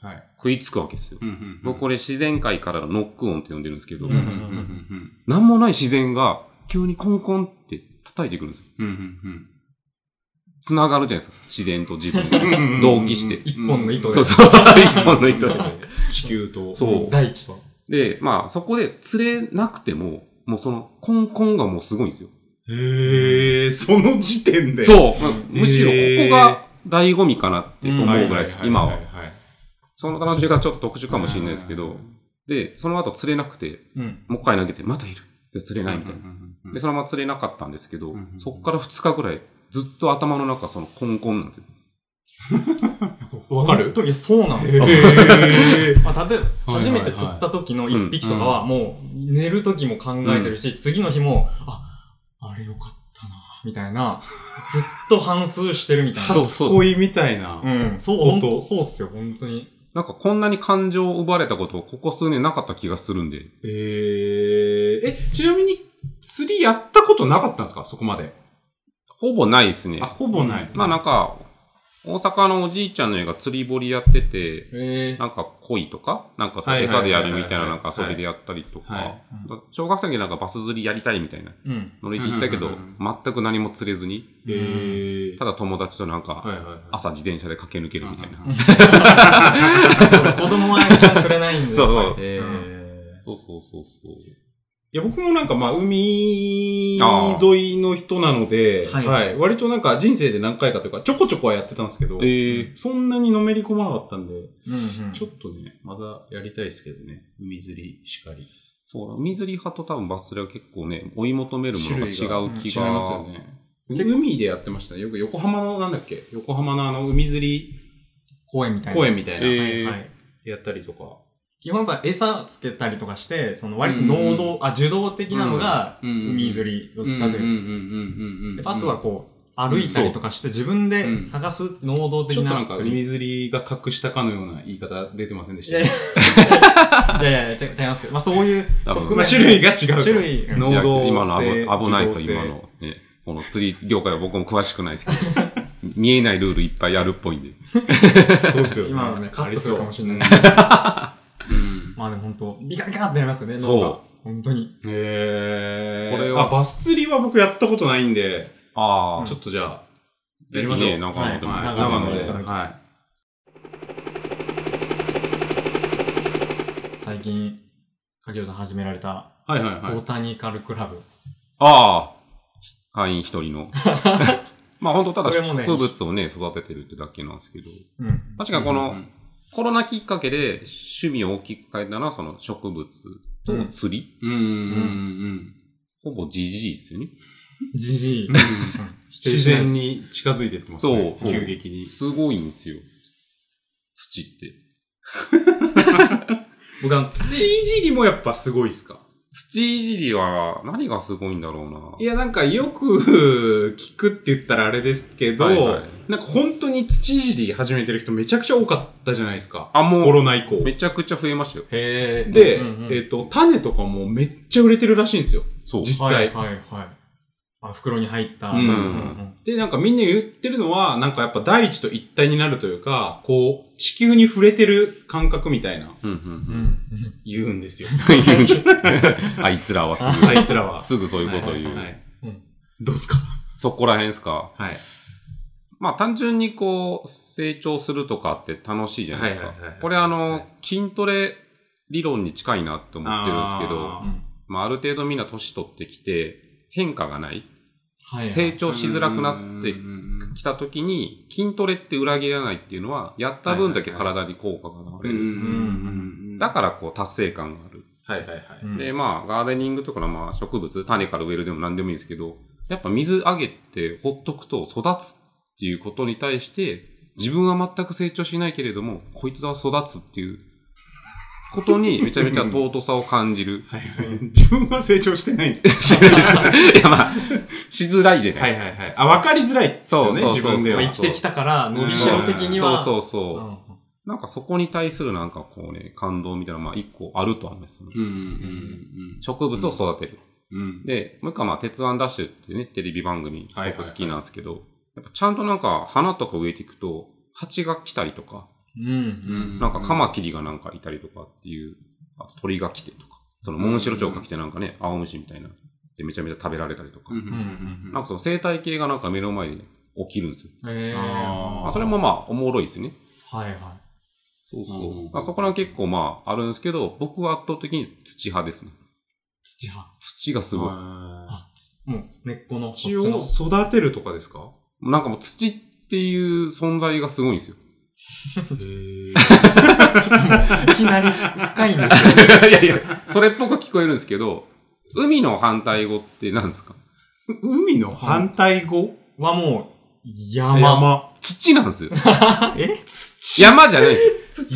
Speaker 2: はい。
Speaker 3: 食いつくわけですよ。
Speaker 2: うんうんうん
Speaker 3: 僕これ自然界からのノック音って呼んでるんですけど、
Speaker 1: う
Speaker 2: うんうん
Speaker 1: ん
Speaker 3: なんもない自然が急にコンコンって叩いてくるんですよ。
Speaker 2: うんうん
Speaker 3: 繋がるじゃないですか。自然と自分
Speaker 2: うんうんうんう
Speaker 3: が
Speaker 2: ん
Speaker 3: 同期して。
Speaker 1: 一本の糸で。
Speaker 3: そうそう。一本の糸で。
Speaker 2: 地球と。
Speaker 3: そう
Speaker 1: 大地と。
Speaker 3: で、まあそこで釣れなくても、もうそのコンコンがもうすごいんですよ。
Speaker 2: へえ、その時点で。う。
Speaker 3: そう。むしろここが醍醐味かなって思うぐらいです。今は。
Speaker 2: は
Speaker 3: その楽しみがちょっと特殊かもしれないですけど、で、その後釣れなくて、
Speaker 1: うん。
Speaker 3: もう一回投げて、またいる。で釣れないみたいな。
Speaker 2: な
Speaker 3: で、そのまま釣れなかったんですけ
Speaker 2: ん
Speaker 3: ど、
Speaker 2: うんうん
Speaker 3: そっから2日ぐらい、ずっと頭の中、そのコンコンなんですよ。
Speaker 2: わかる
Speaker 1: 本当にいや、そうなん ですよ。
Speaker 2: へ
Speaker 1: まあ、例えば、
Speaker 2: は
Speaker 1: 初
Speaker 2: いはいは
Speaker 1: め
Speaker 2: い
Speaker 1: て釣った時の一匹とかは、もう、寝る時も考えてるし、次の日も、あ、あれよかったな、みたいな、ずっと反数してるみたいな。
Speaker 3: そ
Speaker 2: 初
Speaker 3: う
Speaker 2: 恋みたいな。
Speaker 1: うん、そう、
Speaker 2: 本
Speaker 1: 本
Speaker 2: 当
Speaker 1: 当そうっすよ、本当に。
Speaker 3: なんかこんなに感情を奪われたこと、ここ数年なかった気がするんで、
Speaker 2: えー、え、ちなみに、釣りやったことなかったんですかそこまで。
Speaker 3: ほぼないですね
Speaker 2: あ、。ほぼない。
Speaker 3: まあなんか、大阪のおじいちゃんの家が釣り堀やってて、
Speaker 1: ええ
Speaker 3: なんか鯉とか、なんかそう
Speaker 2: はいはい
Speaker 3: 餌
Speaker 2: はい
Speaker 3: で
Speaker 2: はい
Speaker 3: やるみたいななんか遊びでやったりと
Speaker 2: は
Speaker 3: か
Speaker 2: い、
Speaker 3: 小学生の時なんかバス釣りやりたいみたいな
Speaker 1: うん。
Speaker 3: ノリで行ったけ
Speaker 2: う
Speaker 3: ど
Speaker 2: んうんうん、
Speaker 3: 全く何も釣れずに、
Speaker 2: えー、
Speaker 3: ただ友達となんか
Speaker 2: はいはいはい。
Speaker 3: 朝自転車で駆け抜けるみたいな。
Speaker 1: 子供はちゃんと釣れないんで。
Speaker 3: そうそう
Speaker 1: ええ
Speaker 3: そうそうそうそう。
Speaker 2: いや、僕もなんかまあ、海沿いの人なので、
Speaker 1: あ
Speaker 2: は
Speaker 1: ー
Speaker 2: い、
Speaker 1: は
Speaker 2: 割となんか人生で何回かというか、ちょこちょこはやってたんですけど、
Speaker 3: ええ。
Speaker 2: そんなにのめり込まなかったんで、
Speaker 1: うんうん
Speaker 2: ちょっとね、まだやりたいですけどね。海釣りしかり。
Speaker 3: そう、海釣り派と多分バス釣りは結構ね、追い求めるものが違う気
Speaker 1: 種類
Speaker 3: が。
Speaker 1: がうん
Speaker 2: 違いますよね。海でやってましたね。よく横浜のなんだっけ横浜のあの海釣り
Speaker 1: 公園みたいな。
Speaker 2: 公園みたいな、
Speaker 3: えー
Speaker 1: はい。
Speaker 2: やったりとか。
Speaker 1: 基本は餌つけたりとかして、その割と能動、あ、受動的なのが、海
Speaker 2: り。
Speaker 1: 釣り、ど
Speaker 2: ど
Speaker 1: っちかというと。
Speaker 2: いう
Speaker 1: でパスはこう、歩いたりとかして自分で探す能動的
Speaker 2: ちょっとな
Speaker 1: なん
Speaker 2: か
Speaker 1: 釣り。
Speaker 2: 海釣りが隠したかのような言い方出てませんでし
Speaker 1: い
Speaker 2: た
Speaker 1: やいや、いやいや、ちゃいますけど、まあそういう
Speaker 3: 多分
Speaker 1: 側
Speaker 2: まあ
Speaker 1: 面。
Speaker 2: 種類が違うと。
Speaker 1: 種類。うん
Speaker 2: 能動性
Speaker 3: いや今の危危ないです
Speaker 2: 機動
Speaker 3: よ、
Speaker 2: 性
Speaker 3: 今の。ね、この釣り業界は僕も詳しくないですけど。 見えないルールいっぱいあるっぽいんで。
Speaker 2: そうですよ、ね。
Speaker 1: 今のね、カットするかもしれないですけど。まあでも本当、ビカビカってなりますよね、
Speaker 3: そう
Speaker 1: 脳が。本当に。
Speaker 2: へー。
Speaker 3: これは
Speaker 2: あ、バス釣りは僕やったことないんで、
Speaker 3: ああ、
Speaker 2: ちょっとじゃあ、や
Speaker 3: ぜひ
Speaker 2: りましょう。
Speaker 3: ね、長野でも。
Speaker 2: はい、
Speaker 1: 長
Speaker 2: 長
Speaker 1: 野
Speaker 2: 野
Speaker 1: で
Speaker 2: で。は
Speaker 1: 最近、かきおさん始められた
Speaker 2: はいはいはい
Speaker 1: ボ。タニカルクラブ。
Speaker 3: ああ、会員一 人の。まあ本当ただ
Speaker 1: それもね
Speaker 3: 植物をね、育ててるってだけなんですけど。
Speaker 1: うん。
Speaker 3: 確かこ
Speaker 2: うんう
Speaker 3: の
Speaker 2: ん
Speaker 3: コロナきっかけで趣味を大きく変えたのはその植物と釣り。
Speaker 2: うんうんうん
Speaker 3: ほぼじじいっすよね。
Speaker 1: じじい。
Speaker 2: うん。自然に近づいてってますね。
Speaker 3: そう
Speaker 2: 急激に。
Speaker 3: すごいんですよ。土って。
Speaker 2: 僕あの土いじりもやっぱすごいっすか。
Speaker 3: 土いじりは何がすごいんだろうない
Speaker 2: や、なんかよく聞くって言ったらあれですけど、
Speaker 3: はいはい
Speaker 2: なんか本当に土いじり始めてる人めちゃくちゃ多かったじゃないですか。
Speaker 3: あ、
Speaker 2: コ
Speaker 3: も
Speaker 2: ロナ以降
Speaker 3: う、。めちゃくちゃ増えましたよ。
Speaker 1: へえ。
Speaker 2: で、
Speaker 1: うんうん
Speaker 2: えっ、と、種とかもめっちゃ売れてるらしいんですよ。
Speaker 3: そう。
Speaker 2: 実際。
Speaker 1: はいはいはい。あ、袋に入った。
Speaker 2: うんで、なんかみんな言ってるのは、なんかやっぱ大地と一体になるというか、こう、地球に触れてる感覚みたいな、
Speaker 3: うん
Speaker 1: うん
Speaker 3: う
Speaker 1: ん。
Speaker 2: 言うんですよ。
Speaker 3: うん。言うんですあいつらはす
Speaker 2: あいつら は。
Speaker 3: ぐ、すぐそういうことを言。
Speaker 2: はいうはい
Speaker 1: うん
Speaker 2: どうすか
Speaker 3: そこら辺ですか
Speaker 2: はい。
Speaker 3: まあ単純にこう、成長するとかって楽しいじゃないですか
Speaker 2: はいはいはいはい。
Speaker 3: これあ
Speaker 2: は
Speaker 3: の
Speaker 2: い、
Speaker 3: 筋トレ理論に近いなって思ってるんですけ
Speaker 2: あ
Speaker 3: ど
Speaker 2: ー、
Speaker 3: まあある程度みんな年取ってきて、変化がない、
Speaker 1: はい。
Speaker 3: 成長しづらくなってきた時に、筋トレって裏切らないっていうのは、やった分だけ体に効果が
Speaker 2: うん
Speaker 3: 現れ
Speaker 2: うん
Speaker 3: る。
Speaker 2: うん。
Speaker 3: だからこう達成感がある。
Speaker 2: ら、はいはいはい。。
Speaker 1: うん
Speaker 3: で、まあ、ガーデニングとかのまあ植物、種から植えるでも何でもいいですけど、やっぱ水あげてほっとくと育つっていうことに対して、自分は全く成長しないけれども、こいつは育つっていうことにめちゃめちゃ尊さを感じる
Speaker 2: はいはい。 自分は成長してないんです ね
Speaker 3: いや、まあ、しづらいじゃない
Speaker 2: はい
Speaker 3: ですか。
Speaker 2: はいはい。あ、わかりづらいですよね、
Speaker 3: そうそう
Speaker 2: 自
Speaker 3: そう
Speaker 2: 分で
Speaker 1: ま
Speaker 2: は
Speaker 1: あ。生きてきたから、伸びしろ的には。
Speaker 3: そううそうそう。なんかそこに対するなんかこうね、感動みたいなのがまあ一個あるとは思いますね。
Speaker 2: うんうん
Speaker 3: 植物を育てる。
Speaker 2: うんうん。
Speaker 3: で、もう一回まあ、鉄腕ダッシュっていうね、テレビ番組、
Speaker 2: はいはい
Speaker 3: 僕好きなんですけど、やっぱちゃんとなんか花とか植えていくと、蜂が来たりとか、
Speaker 1: うん。うん。
Speaker 3: なんかカマキリがなんかいたりとかっていう、あと鳥が来てとか、そのモンシロチョウが来てなんかね、青虫みたいな、でめちゃめちゃ食べられたりとか、
Speaker 2: うんうんうんうん
Speaker 3: なんかその生態系がなんか目の前で起きるんですよ。
Speaker 1: ええ。
Speaker 2: あ
Speaker 3: ま
Speaker 2: ー
Speaker 3: あ、それもまあ、おもろいですね。
Speaker 1: はいは
Speaker 3: そうそう
Speaker 2: うん。
Speaker 3: だからそこら辺結構まあ、あるんですけど、僕は圧倒的に土派ですね。
Speaker 1: い。土派。
Speaker 3: 土がすごい。
Speaker 2: は
Speaker 1: あ、つもう根っこの。
Speaker 2: い土
Speaker 1: こっ
Speaker 2: を
Speaker 1: ち
Speaker 2: 育てるとかですか
Speaker 3: なんかもう土っていう存在がすごいんですよ。
Speaker 1: のいきなり深いんです よ。
Speaker 3: いやいや、それっぽく聞こえるんですけど、海の反対語って何ですか
Speaker 2: 海の反対語
Speaker 1: はもう、山。
Speaker 2: 山。
Speaker 3: 土なんですよ。
Speaker 1: え
Speaker 2: 土
Speaker 3: 山じゃないです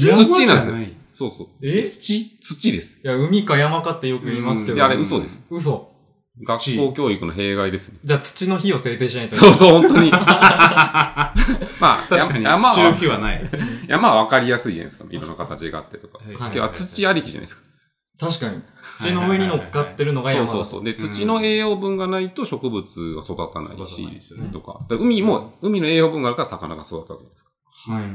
Speaker 3: よ。
Speaker 2: 山
Speaker 3: 土なんですよ
Speaker 2: じゃない
Speaker 3: そうそう。
Speaker 1: えい
Speaker 2: 土
Speaker 3: 土です。
Speaker 1: や、海か山かってよく言いますけ
Speaker 3: い
Speaker 1: ど。
Speaker 3: や、あれ嘘です。
Speaker 1: 嘘。
Speaker 3: 学校教育の弊害ですね。
Speaker 1: じゃあ土の日を制定しないと。
Speaker 3: そうそう、本当に。 まあ、
Speaker 2: 確かに、
Speaker 3: 山
Speaker 2: 土の
Speaker 3: は、
Speaker 2: 日はない。
Speaker 3: 山は分かりやすいじゃないですか。いろんな形があってとか。
Speaker 1: はい
Speaker 3: では土ありきじゃないですか。
Speaker 1: 確かに。土の上に乗っかってるのが
Speaker 3: そう
Speaker 1: 山だ
Speaker 3: そうそう。で、土の栄養分がないと植物が育たない
Speaker 2: 育たないです
Speaker 3: し
Speaker 2: よね、
Speaker 3: とか。だから海も、海の栄養分があるから魚が育つわけです。
Speaker 1: はいはい。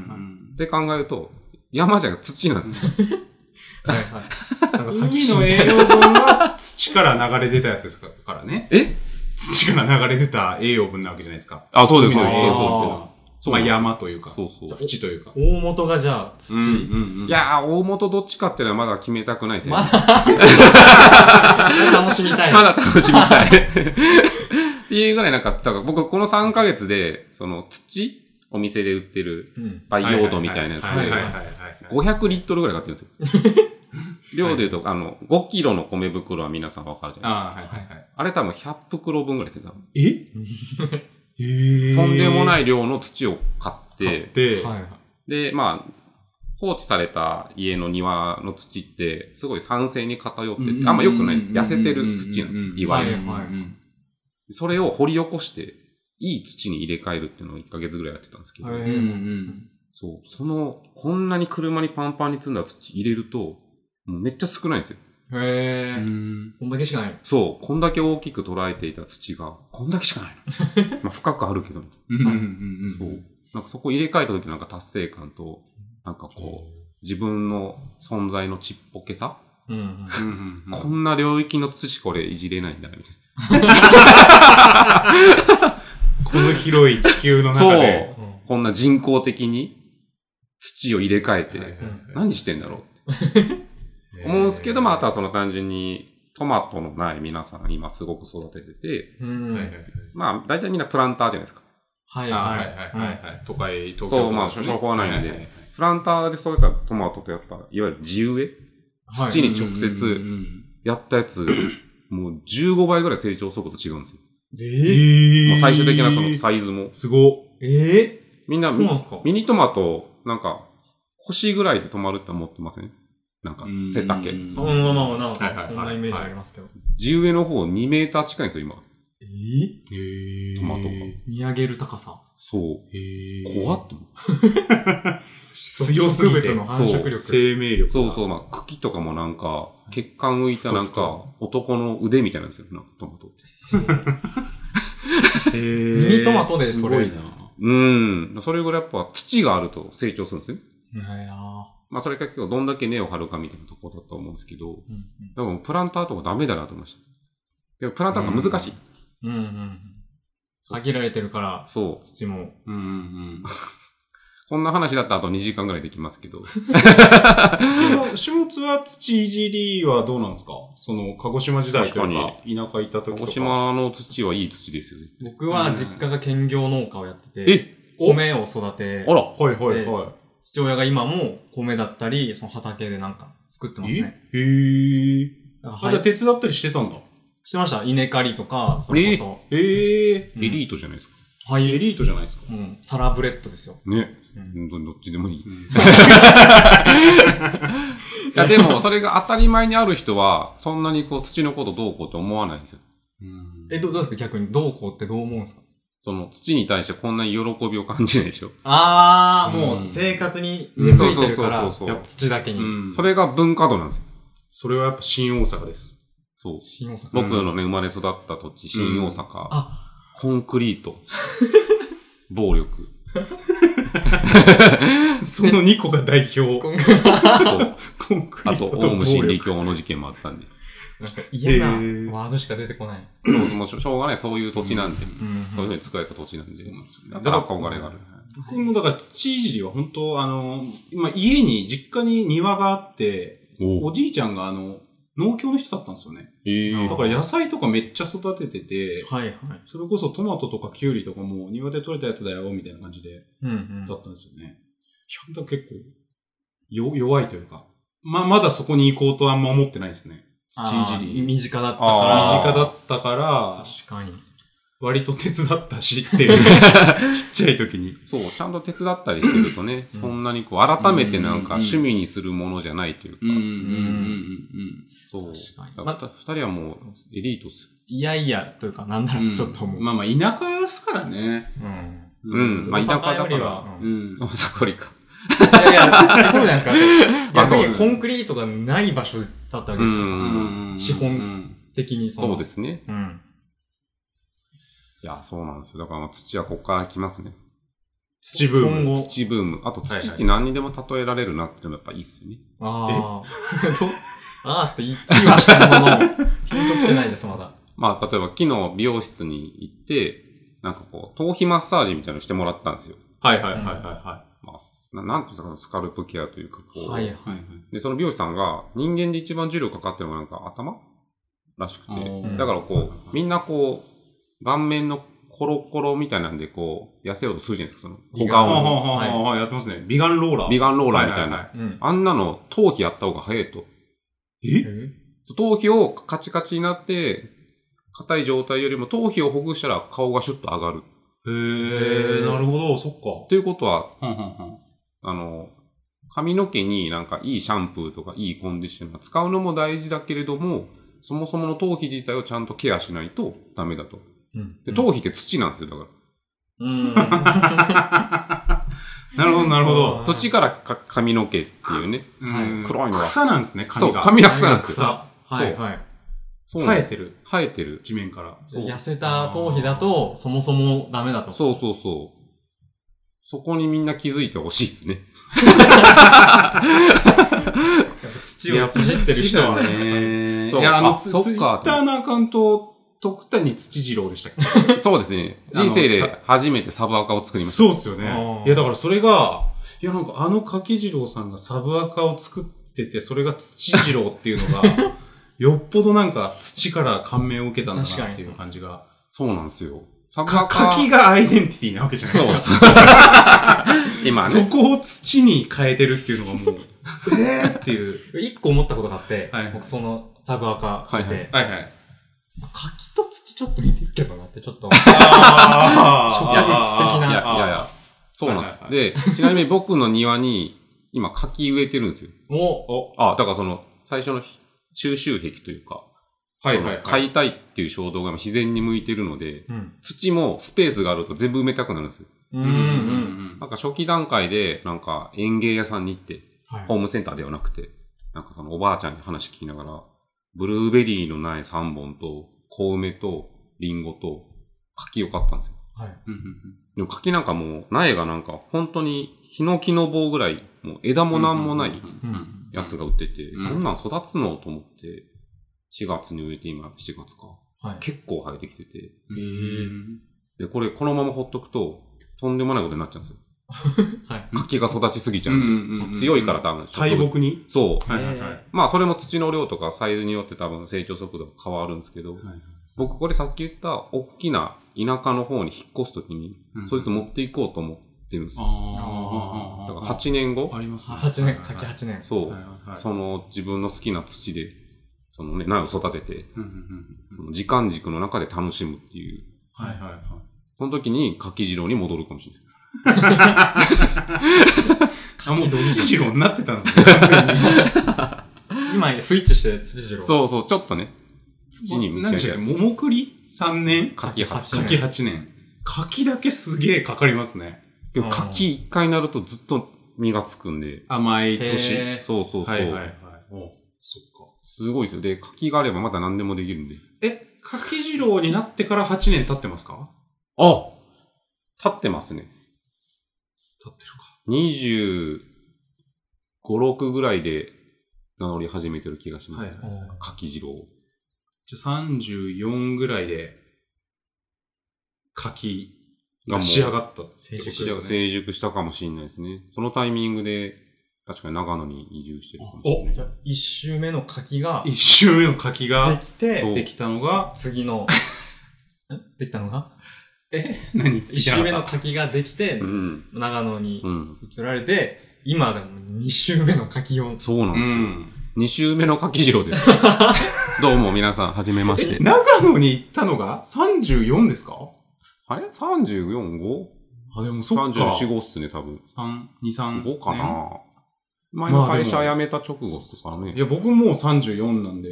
Speaker 3: って考えると、山じゃなくて土なんですよ。
Speaker 1: はいはい。なんかさっき
Speaker 2: 海の栄養分は土から流れ出たやつですからね。
Speaker 3: え
Speaker 2: 土から流れ出た栄養分なわけじゃないですか。
Speaker 3: あ、そう
Speaker 2: 海の栄養
Speaker 1: そう
Speaker 2: 分
Speaker 1: そう
Speaker 2: っ
Speaker 1: そ
Speaker 2: て
Speaker 1: う
Speaker 2: のはまあ山というか、
Speaker 3: そうそう。
Speaker 2: 土というか。
Speaker 1: 大元がじゃあ土。
Speaker 3: いやー、大元どっちかっていうのはまだ決めたくないですね。
Speaker 1: ま
Speaker 3: ま
Speaker 1: だ、楽しみたい。
Speaker 3: だ楽しみたい。っていうぐらいなんか、だから僕この3ヶ月で、その土お店で売ってる
Speaker 1: うん。
Speaker 3: 培養土みたいなやつ
Speaker 2: はいはいはいはい
Speaker 3: で、
Speaker 2: はいはい。
Speaker 3: 500リットルぐらい買ってるんですよ。量で言うと、あの、5キロの米袋は皆さんわかるじゃないです
Speaker 2: ああ、
Speaker 3: か。
Speaker 2: はいはいはい。
Speaker 3: あれ多分100袋分ぐらいですね、多分。
Speaker 2: ええー
Speaker 3: とんでも
Speaker 2: い。
Speaker 3: ない量の土を買って、
Speaker 2: で、
Speaker 1: はいはい。
Speaker 3: で、まあ、放置された家の庭の土って、すごい酸性に偏ってて、あんま良くない、痩せてる土なんですよ、いわゆる。
Speaker 1: はいはい
Speaker 3: それを掘り起こして、いい土に入れ替えるっていうのを1ヶ月ぐらいやってたんですけど、
Speaker 1: え
Speaker 2: うんうん
Speaker 1: ー
Speaker 3: そう、その、こんなに車にパンパンに積んだ土入れると、もうめっちゃ少ないんですよ。
Speaker 1: へ
Speaker 2: うん
Speaker 1: え。
Speaker 2: うん
Speaker 1: こんだけしかない。
Speaker 3: そう、こんだけ大きく捉えていた土が、こんだけしかない の。まあ、深くあるけど、
Speaker 2: うんうんうん
Speaker 3: そう。なんかそこ入れ替えた時のなんか達成感と、なんかこう、自分の存在のちっぽけさ
Speaker 1: うんうん。
Speaker 2: うんうんうん
Speaker 3: こんな領域の土しか俺いじれないんだな、みたい
Speaker 2: この広い地球の
Speaker 3: な。
Speaker 2: 中で。
Speaker 3: そう。こんな人工的に土を入れ替え
Speaker 2: はいはい
Speaker 3: て、
Speaker 2: はい
Speaker 3: 何してんだろうって思うんですけど、まあ、あとはその単純にトマトの苗皆さん今すごく育ててて、
Speaker 1: うん。
Speaker 2: はいはいはい
Speaker 3: まあ大体みんなプランターじゃないですか。
Speaker 1: はい
Speaker 2: あ
Speaker 1: は
Speaker 2: はい
Speaker 1: い
Speaker 2: はいはいはい。都会、東京
Speaker 3: そうまあしょしょうがないんでプランターで育てたトマトとやっぱ、いわゆる地植え
Speaker 1: はい
Speaker 3: 土に直接やったやつ、もう15倍ぐらい成長速度違うんですよ。
Speaker 1: え
Speaker 2: え
Speaker 3: まあ最終的なそのサイズも。
Speaker 2: すご
Speaker 1: ええ
Speaker 3: みんな
Speaker 1: そうなんですか
Speaker 3: ミニトマト、なんか、腰ぐらいで止まるって思ってませんなんか、背丈。
Speaker 1: まあまあまあ、なん
Speaker 2: はいはい
Speaker 1: か
Speaker 2: は、い
Speaker 1: そんなイメージありますけど。
Speaker 3: 地植えの方2メーター近いんですよ、今。
Speaker 1: え
Speaker 2: えー
Speaker 3: トマトが
Speaker 1: 見上げる高さ。
Speaker 3: そう。
Speaker 2: えー
Speaker 3: 怖っと思う。
Speaker 2: 強すぎ
Speaker 1: 植
Speaker 2: て
Speaker 1: 物の繁殖力。
Speaker 2: 生命力。
Speaker 3: そうそう、まあ、茎とかもなんか、血管浮いたなんか、男の腕みたいなんですよ、なんかトマトって。
Speaker 2: え
Speaker 1: ミ
Speaker 2: ー
Speaker 1: ニトマトでそれ。
Speaker 3: うん。それぐらいやっぱ土があると成長するんですよ。
Speaker 1: はいあ
Speaker 3: まあ、それが結構どんだけ根を張るかみたいなとこだと思うんですけど、
Speaker 1: ーうん
Speaker 3: でもプランターとかダメだなと思いました。でもプランターが難しい。
Speaker 1: うんうんうん。限られてるから、
Speaker 3: そう。
Speaker 1: 土も。
Speaker 2: うんうん
Speaker 3: こんな話だったらあと2時間ぐらいできますけど。
Speaker 2: うん。下津は土いじりはどうなんですかその、鹿児島時代というか、田舎行った時と
Speaker 3: 鹿
Speaker 2: か。
Speaker 3: 児島の土はいい土ですよ、絶対。
Speaker 1: 僕は実家が兼業農家をやってて、
Speaker 3: え
Speaker 2: お
Speaker 1: 米を育て
Speaker 3: あ、ら
Speaker 2: はいはいは
Speaker 1: 父親が今も米だったり、その畑でなんか作ってます
Speaker 2: い。
Speaker 1: ね。
Speaker 2: えへえ。
Speaker 1: だから
Speaker 2: あ、
Speaker 1: は
Speaker 2: じゃ
Speaker 1: い
Speaker 2: あ手伝ったりしてたんだ。
Speaker 1: してました。稲刈りとか、それこ
Speaker 2: ええ。
Speaker 1: そ。
Speaker 3: エリ
Speaker 1: ー
Speaker 3: ートじゃないですか。
Speaker 1: ト。はい。
Speaker 2: エリートじゃないですか。
Speaker 1: うん。サラブレッドですよ。
Speaker 3: ね。
Speaker 1: うん
Speaker 3: どどっちでもいい。いや、でも、それが当たり前にある人は、そんなにこう土のことどうこうって思わないんですよ。
Speaker 1: え、どどうですか逆に、どうこうってどう思うんですか
Speaker 3: その土に対してこんなに喜びを感じないでしょ。
Speaker 1: あー、
Speaker 2: うん
Speaker 1: もう生活に根付いてるから、
Speaker 3: うんそうそうそうそう
Speaker 1: やっぱ土だけに。
Speaker 2: うん
Speaker 3: それが文化度なんですよ。
Speaker 2: それはやっぱ新大阪です。
Speaker 3: そう。
Speaker 1: 新大阪。
Speaker 3: 僕のね、生まれ育った土地、新大阪。
Speaker 1: あ、
Speaker 3: コンクリート。暴力。
Speaker 2: その2個が代表。
Speaker 1: こん
Speaker 3: そう。
Speaker 2: コンクリ
Speaker 3: あ
Speaker 2: ー
Speaker 3: と、
Speaker 2: トと
Speaker 3: オウム真
Speaker 2: 暴
Speaker 3: 理
Speaker 2: 力
Speaker 3: 教の事件もあったんで。
Speaker 1: なんか嫌な
Speaker 2: へー
Speaker 1: ワードしか出てこない。
Speaker 3: そう、もうしょしょうがない、そういう土地なんで。
Speaker 1: うん
Speaker 3: そういうふうに作られた土地なんで。だ
Speaker 2: よ
Speaker 3: からお金がある。
Speaker 2: 僕もだから土いじりは本当あの、今家に、実家に庭があって、
Speaker 3: お
Speaker 2: おじいちゃんがあの、農協の人だったんですよね。
Speaker 3: えー
Speaker 2: だから野菜とかめっちゃ育ててて、
Speaker 1: はいはい。
Speaker 2: それこそトマトとかキュウリとかも庭で採れたやつだよ、みたいな感じで、
Speaker 1: うんうん
Speaker 2: だ。ったんですよね。いや、だから結構、よ、弱いというか。まあ、まだそこに行こうとあんま思ってないですね。土いじ
Speaker 1: あー
Speaker 2: り。身
Speaker 1: 身近だった
Speaker 3: あー
Speaker 1: か
Speaker 2: 近だったから
Speaker 1: ら。、確かに。
Speaker 2: 割と手伝ったしっていう、ちっちゃい時に。
Speaker 3: そう、ちゃんと手伝ったりしてるとね、そんなにこう、改めてなん
Speaker 2: うんうん
Speaker 3: か
Speaker 2: うん
Speaker 3: 趣味にするものじゃないというか。そう。
Speaker 1: 確かに
Speaker 3: だからふた二人はもう、エリートっすよ。
Speaker 1: いやいや、というか、なんだろう、ちょっともう。
Speaker 2: まあまあ、田舎ですからね。
Speaker 1: うん。
Speaker 3: うんまあ
Speaker 1: 大
Speaker 3: 田舎だから
Speaker 1: 阪よりは。
Speaker 2: う
Speaker 1: うん
Speaker 2: ん。
Speaker 3: そうそこりか。
Speaker 1: いやいや、そうじゃないですか。
Speaker 3: まあそう
Speaker 1: 逆にコンクリートがない場所だったわけですから、
Speaker 3: う
Speaker 1: そ
Speaker 3: ん
Speaker 1: の資本的に。
Speaker 3: そうですすね。
Speaker 1: うん。
Speaker 3: いや、そうなんですよ。だからまあ土はここから来ますね。
Speaker 2: 土ブーム
Speaker 1: 今後。
Speaker 3: 土ブーム。あと土って何にでも例えられるなっていうのはやっぱいいっすよね。
Speaker 1: ああ。 どあーって言ってましたものの、ピンときてないです、まだ。
Speaker 3: まあ、例えば昨日美容室に行って、なんかこう、頭皮マッサージみたいなのしてもらったんですよ。
Speaker 2: はいはいはいはいは
Speaker 3: まあ、ななんていうんですか、スカルプケアというか、こう、
Speaker 1: はいはい。
Speaker 2: い。はい
Speaker 3: で、その美容師さんが、人間で一番重量かかってるのがなんか頭らしくて
Speaker 2: あー、
Speaker 3: だから
Speaker 2: はい
Speaker 3: こ、
Speaker 2: はいはいう
Speaker 3: みんなこう、顔面のコロコロみたいなんで、こう、痩せようとするじゃないですか、その、小
Speaker 2: あ
Speaker 3: 顔
Speaker 2: は
Speaker 3: の。
Speaker 2: はははやってますね。ビガンローラー。
Speaker 3: 美顔ローラーみたい
Speaker 2: はは
Speaker 3: な
Speaker 2: は。
Speaker 1: うん。
Speaker 3: あんなの、頭皮やった方が早いと。
Speaker 2: え
Speaker 3: 頭皮をカチカチになって、硬い状態よりも頭皮をほぐしたら顔がシュッと上がる。
Speaker 2: へー、なるほど、そっか。
Speaker 3: ということは、
Speaker 2: はんはんはん
Speaker 3: あの、髪の毛になんかいいシャンプーとかいいコンディショナー使うのも大事だけれども、そもそもの頭皮自体をちゃんとケアしないとダメだと。
Speaker 1: うん。
Speaker 3: で、頭皮って土なんですよ、だか
Speaker 1: うん。
Speaker 2: なるほど、なるほ
Speaker 1: う
Speaker 2: ど
Speaker 1: ん。
Speaker 3: ら。土からか髪の毛っていうね。
Speaker 2: うん
Speaker 3: 黒いのが
Speaker 2: 草なんですね、
Speaker 3: そ
Speaker 2: 髪
Speaker 3: う、
Speaker 2: が。
Speaker 3: 髪が草なんですよ。
Speaker 2: 草。
Speaker 1: はいはい。
Speaker 3: そうなん
Speaker 2: 生え
Speaker 3: です
Speaker 2: てる、
Speaker 3: 生えてる。
Speaker 2: 地面から。
Speaker 3: そう
Speaker 1: 痩せた頭皮だと、そもそもダメだと。
Speaker 3: そうそうそう。そこにみんな気づいてほしいですね。
Speaker 1: 土をいじってる人は
Speaker 2: やっぱ土だね。
Speaker 3: そう
Speaker 2: いや、あの、
Speaker 3: あ
Speaker 2: ツツ
Speaker 3: そっ
Speaker 2: イ
Speaker 3: か
Speaker 2: ッターのアカウント、徳谷土次郎でしたっけ
Speaker 3: そう ですね。
Speaker 2: あの
Speaker 3: 人生
Speaker 2: さ
Speaker 3: で初めてサブアカを作りまし
Speaker 2: そうっすよ
Speaker 1: あ
Speaker 2: ね。
Speaker 1: ー
Speaker 2: いや、だからそれが、いや、なん かあの柿次郎さんがサブアカを作ってて、それが土次郎っていうのが、よっぽどなんか土から感銘を受けたんだ
Speaker 1: 確か
Speaker 2: な
Speaker 1: に
Speaker 2: っていう感じが。
Speaker 3: そうなんですよ。サ
Speaker 2: か柿がアイデンティティなわけじゃない
Speaker 3: そ
Speaker 2: で
Speaker 3: う
Speaker 2: す
Speaker 3: そ
Speaker 2: か。
Speaker 3: う。今
Speaker 2: そ
Speaker 3: ね。
Speaker 2: こを土に変えてるっていうのがも う、えーっていう。
Speaker 1: 一個思ったことがあって、
Speaker 2: はい
Speaker 1: 僕そのサブアカ見て、
Speaker 3: はいは
Speaker 2: はいはい。
Speaker 1: 柿と土ちょっと似てるけどなって、ちょっと。
Speaker 2: あー
Speaker 1: 植物的
Speaker 3: い
Speaker 1: な
Speaker 3: やいや
Speaker 2: あー
Speaker 3: いや。そうなんです
Speaker 2: は。いは
Speaker 3: で、ちなみに僕の庭に今柿植えてるんですよ。
Speaker 1: も
Speaker 2: お、
Speaker 3: あ、だからその、最初の収集癖というか、
Speaker 2: はいはい
Speaker 3: その
Speaker 2: は
Speaker 3: 買
Speaker 2: い。
Speaker 3: いたいっていう衝動が今自然に向いてるの
Speaker 1: う、
Speaker 3: で、
Speaker 1: うん。
Speaker 3: 土もスペースがあると全部埋めたくなるんですよ。
Speaker 1: うん
Speaker 2: う
Speaker 1: うんうん。
Speaker 2: ん
Speaker 3: なんか初期段階で、なんか園芸屋さんに行って、
Speaker 1: はい
Speaker 3: ホームセンターではなくて、なんかそのおばあちゃんに話聞きながら、ブルーベリーの苗3本と、小梅と、リンゴと、柿を買ったんですよ。
Speaker 1: はい。
Speaker 2: うんうん
Speaker 3: でも柿なんかもう、苗がなんか本当に、ヒノキの棒ぐらい、もう枝もなんもない
Speaker 1: うん。
Speaker 3: やつが売ってて、
Speaker 2: うん
Speaker 3: こんなん育つのと思って、4月に植えて今7月か。
Speaker 1: はい。
Speaker 3: 結構生えてきてて、
Speaker 2: うん。
Speaker 3: で、これこのままほっとくと、とんでもないことになっちゃうんですよ。
Speaker 1: はい。
Speaker 3: 柿が育ちすぎちゃう。
Speaker 2: うんうんうんうん
Speaker 3: 強いから多分。
Speaker 2: 大木に
Speaker 3: そう。
Speaker 2: はいはいはい。
Speaker 3: まあそれも土の量とかサイズによって多分成長速度が変わるんですけど、
Speaker 2: はい
Speaker 3: 僕これさっき言った大きな田舎の方に引っ越すときに、そいつ持っていこうと思ってるんですよ。
Speaker 2: あ
Speaker 3: だ
Speaker 2: あ。
Speaker 3: から8年後、
Speaker 2: ありますね。
Speaker 1: 8年、柿8年。
Speaker 3: そう、
Speaker 2: はいはいはい
Speaker 3: その自分の好きな土で、そのね、苗を育てて、
Speaker 2: うんうんうん
Speaker 3: その時間軸の中で楽しむっていう、
Speaker 2: はいはいはい。
Speaker 3: その時に柿次郎に戻るかもしれないです。
Speaker 2: あ、もうどっち次郎になってたん ですね。完全に
Speaker 1: 今、スイッチして、土次郎。う。
Speaker 3: そうそう、ちょっとね、土に向
Speaker 2: 何でし
Speaker 3: け
Speaker 2: たっけ
Speaker 3: て、
Speaker 2: 桃栗 ?3 年
Speaker 3: 柿
Speaker 1: 柿八
Speaker 3: 8年。
Speaker 2: 柿8年。柿だけすげえかかりますね。
Speaker 3: でも柿1回になるとずっと実がつくんで、
Speaker 2: 甘い年。
Speaker 1: へー
Speaker 3: そうそうそう。
Speaker 2: はいはいはい。おそっか。
Speaker 3: すごいですよ。で、柿があればまだ何でもできるんで。
Speaker 2: え、柿次郎になってから8年経ってますか
Speaker 3: あ立ってますね。
Speaker 2: 経ってるか。
Speaker 3: 25、6ぐらいで名乗り始めてる気がします。
Speaker 2: はい
Speaker 1: お
Speaker 3: 柿次郎。
Speaker 2: じゃあ34ぐらいで、柿が
Speaker 3: がもう
Speaker 2: 仕上がったってこと
Speaker 1: 成
Speaker 2: で
Speaker 1: 熟
Speaker 2: すね。
Speaker 3: 成熟したかもしれないですね。そのタイミングで、確かに長野に移住してるかもしれ
Speaker 1: じゃ
Speaker 3: な
Speaker 1: あ
Speaker 3: い。
Speaker 1: 一周目の柿が、
Speaker 2: 一周目の柿
Speaker 1: で
Speaker 2: が
Speaker 1: きて
Speaker 3: そ、う
Speaker 2: できたのが、
Speaker 1: 次の、んできたのが
Speaker 2: え何
Speaker 1: 一周目の柿ができて
Speaker 3: う、ん。
Speaker 1: 長野に
Speaker 3: うん。
Speaker 1: 移られて、今でも二周目の柿を。
Speaker 3: そうなん
Speaker 2: う
Speaker 3: ですよ。
Speaker 2: ん。
Speaker 3: 2週目の柿次 郎です。どうも皆さん、はじめまして。
Speaker 2: 長野に行ったのが34ですか
Speaker 3: あれ ?34、5?
Speaker 2: あ、でもそっか。
Speaker 3: 34、5っすね、多分。
Speaker 2: 三二三
Speaker 3: 5か
Speaker 2: ね
Speaker 3: な。前の
Speaker 2: ま
Speaker 3: 会
Speaker 2: あ
Speaker 3: 社
Speaker 2: で
Speaker 3: 辞めた直後っすからね。
Speaker 2: いや、僕もう34なんで、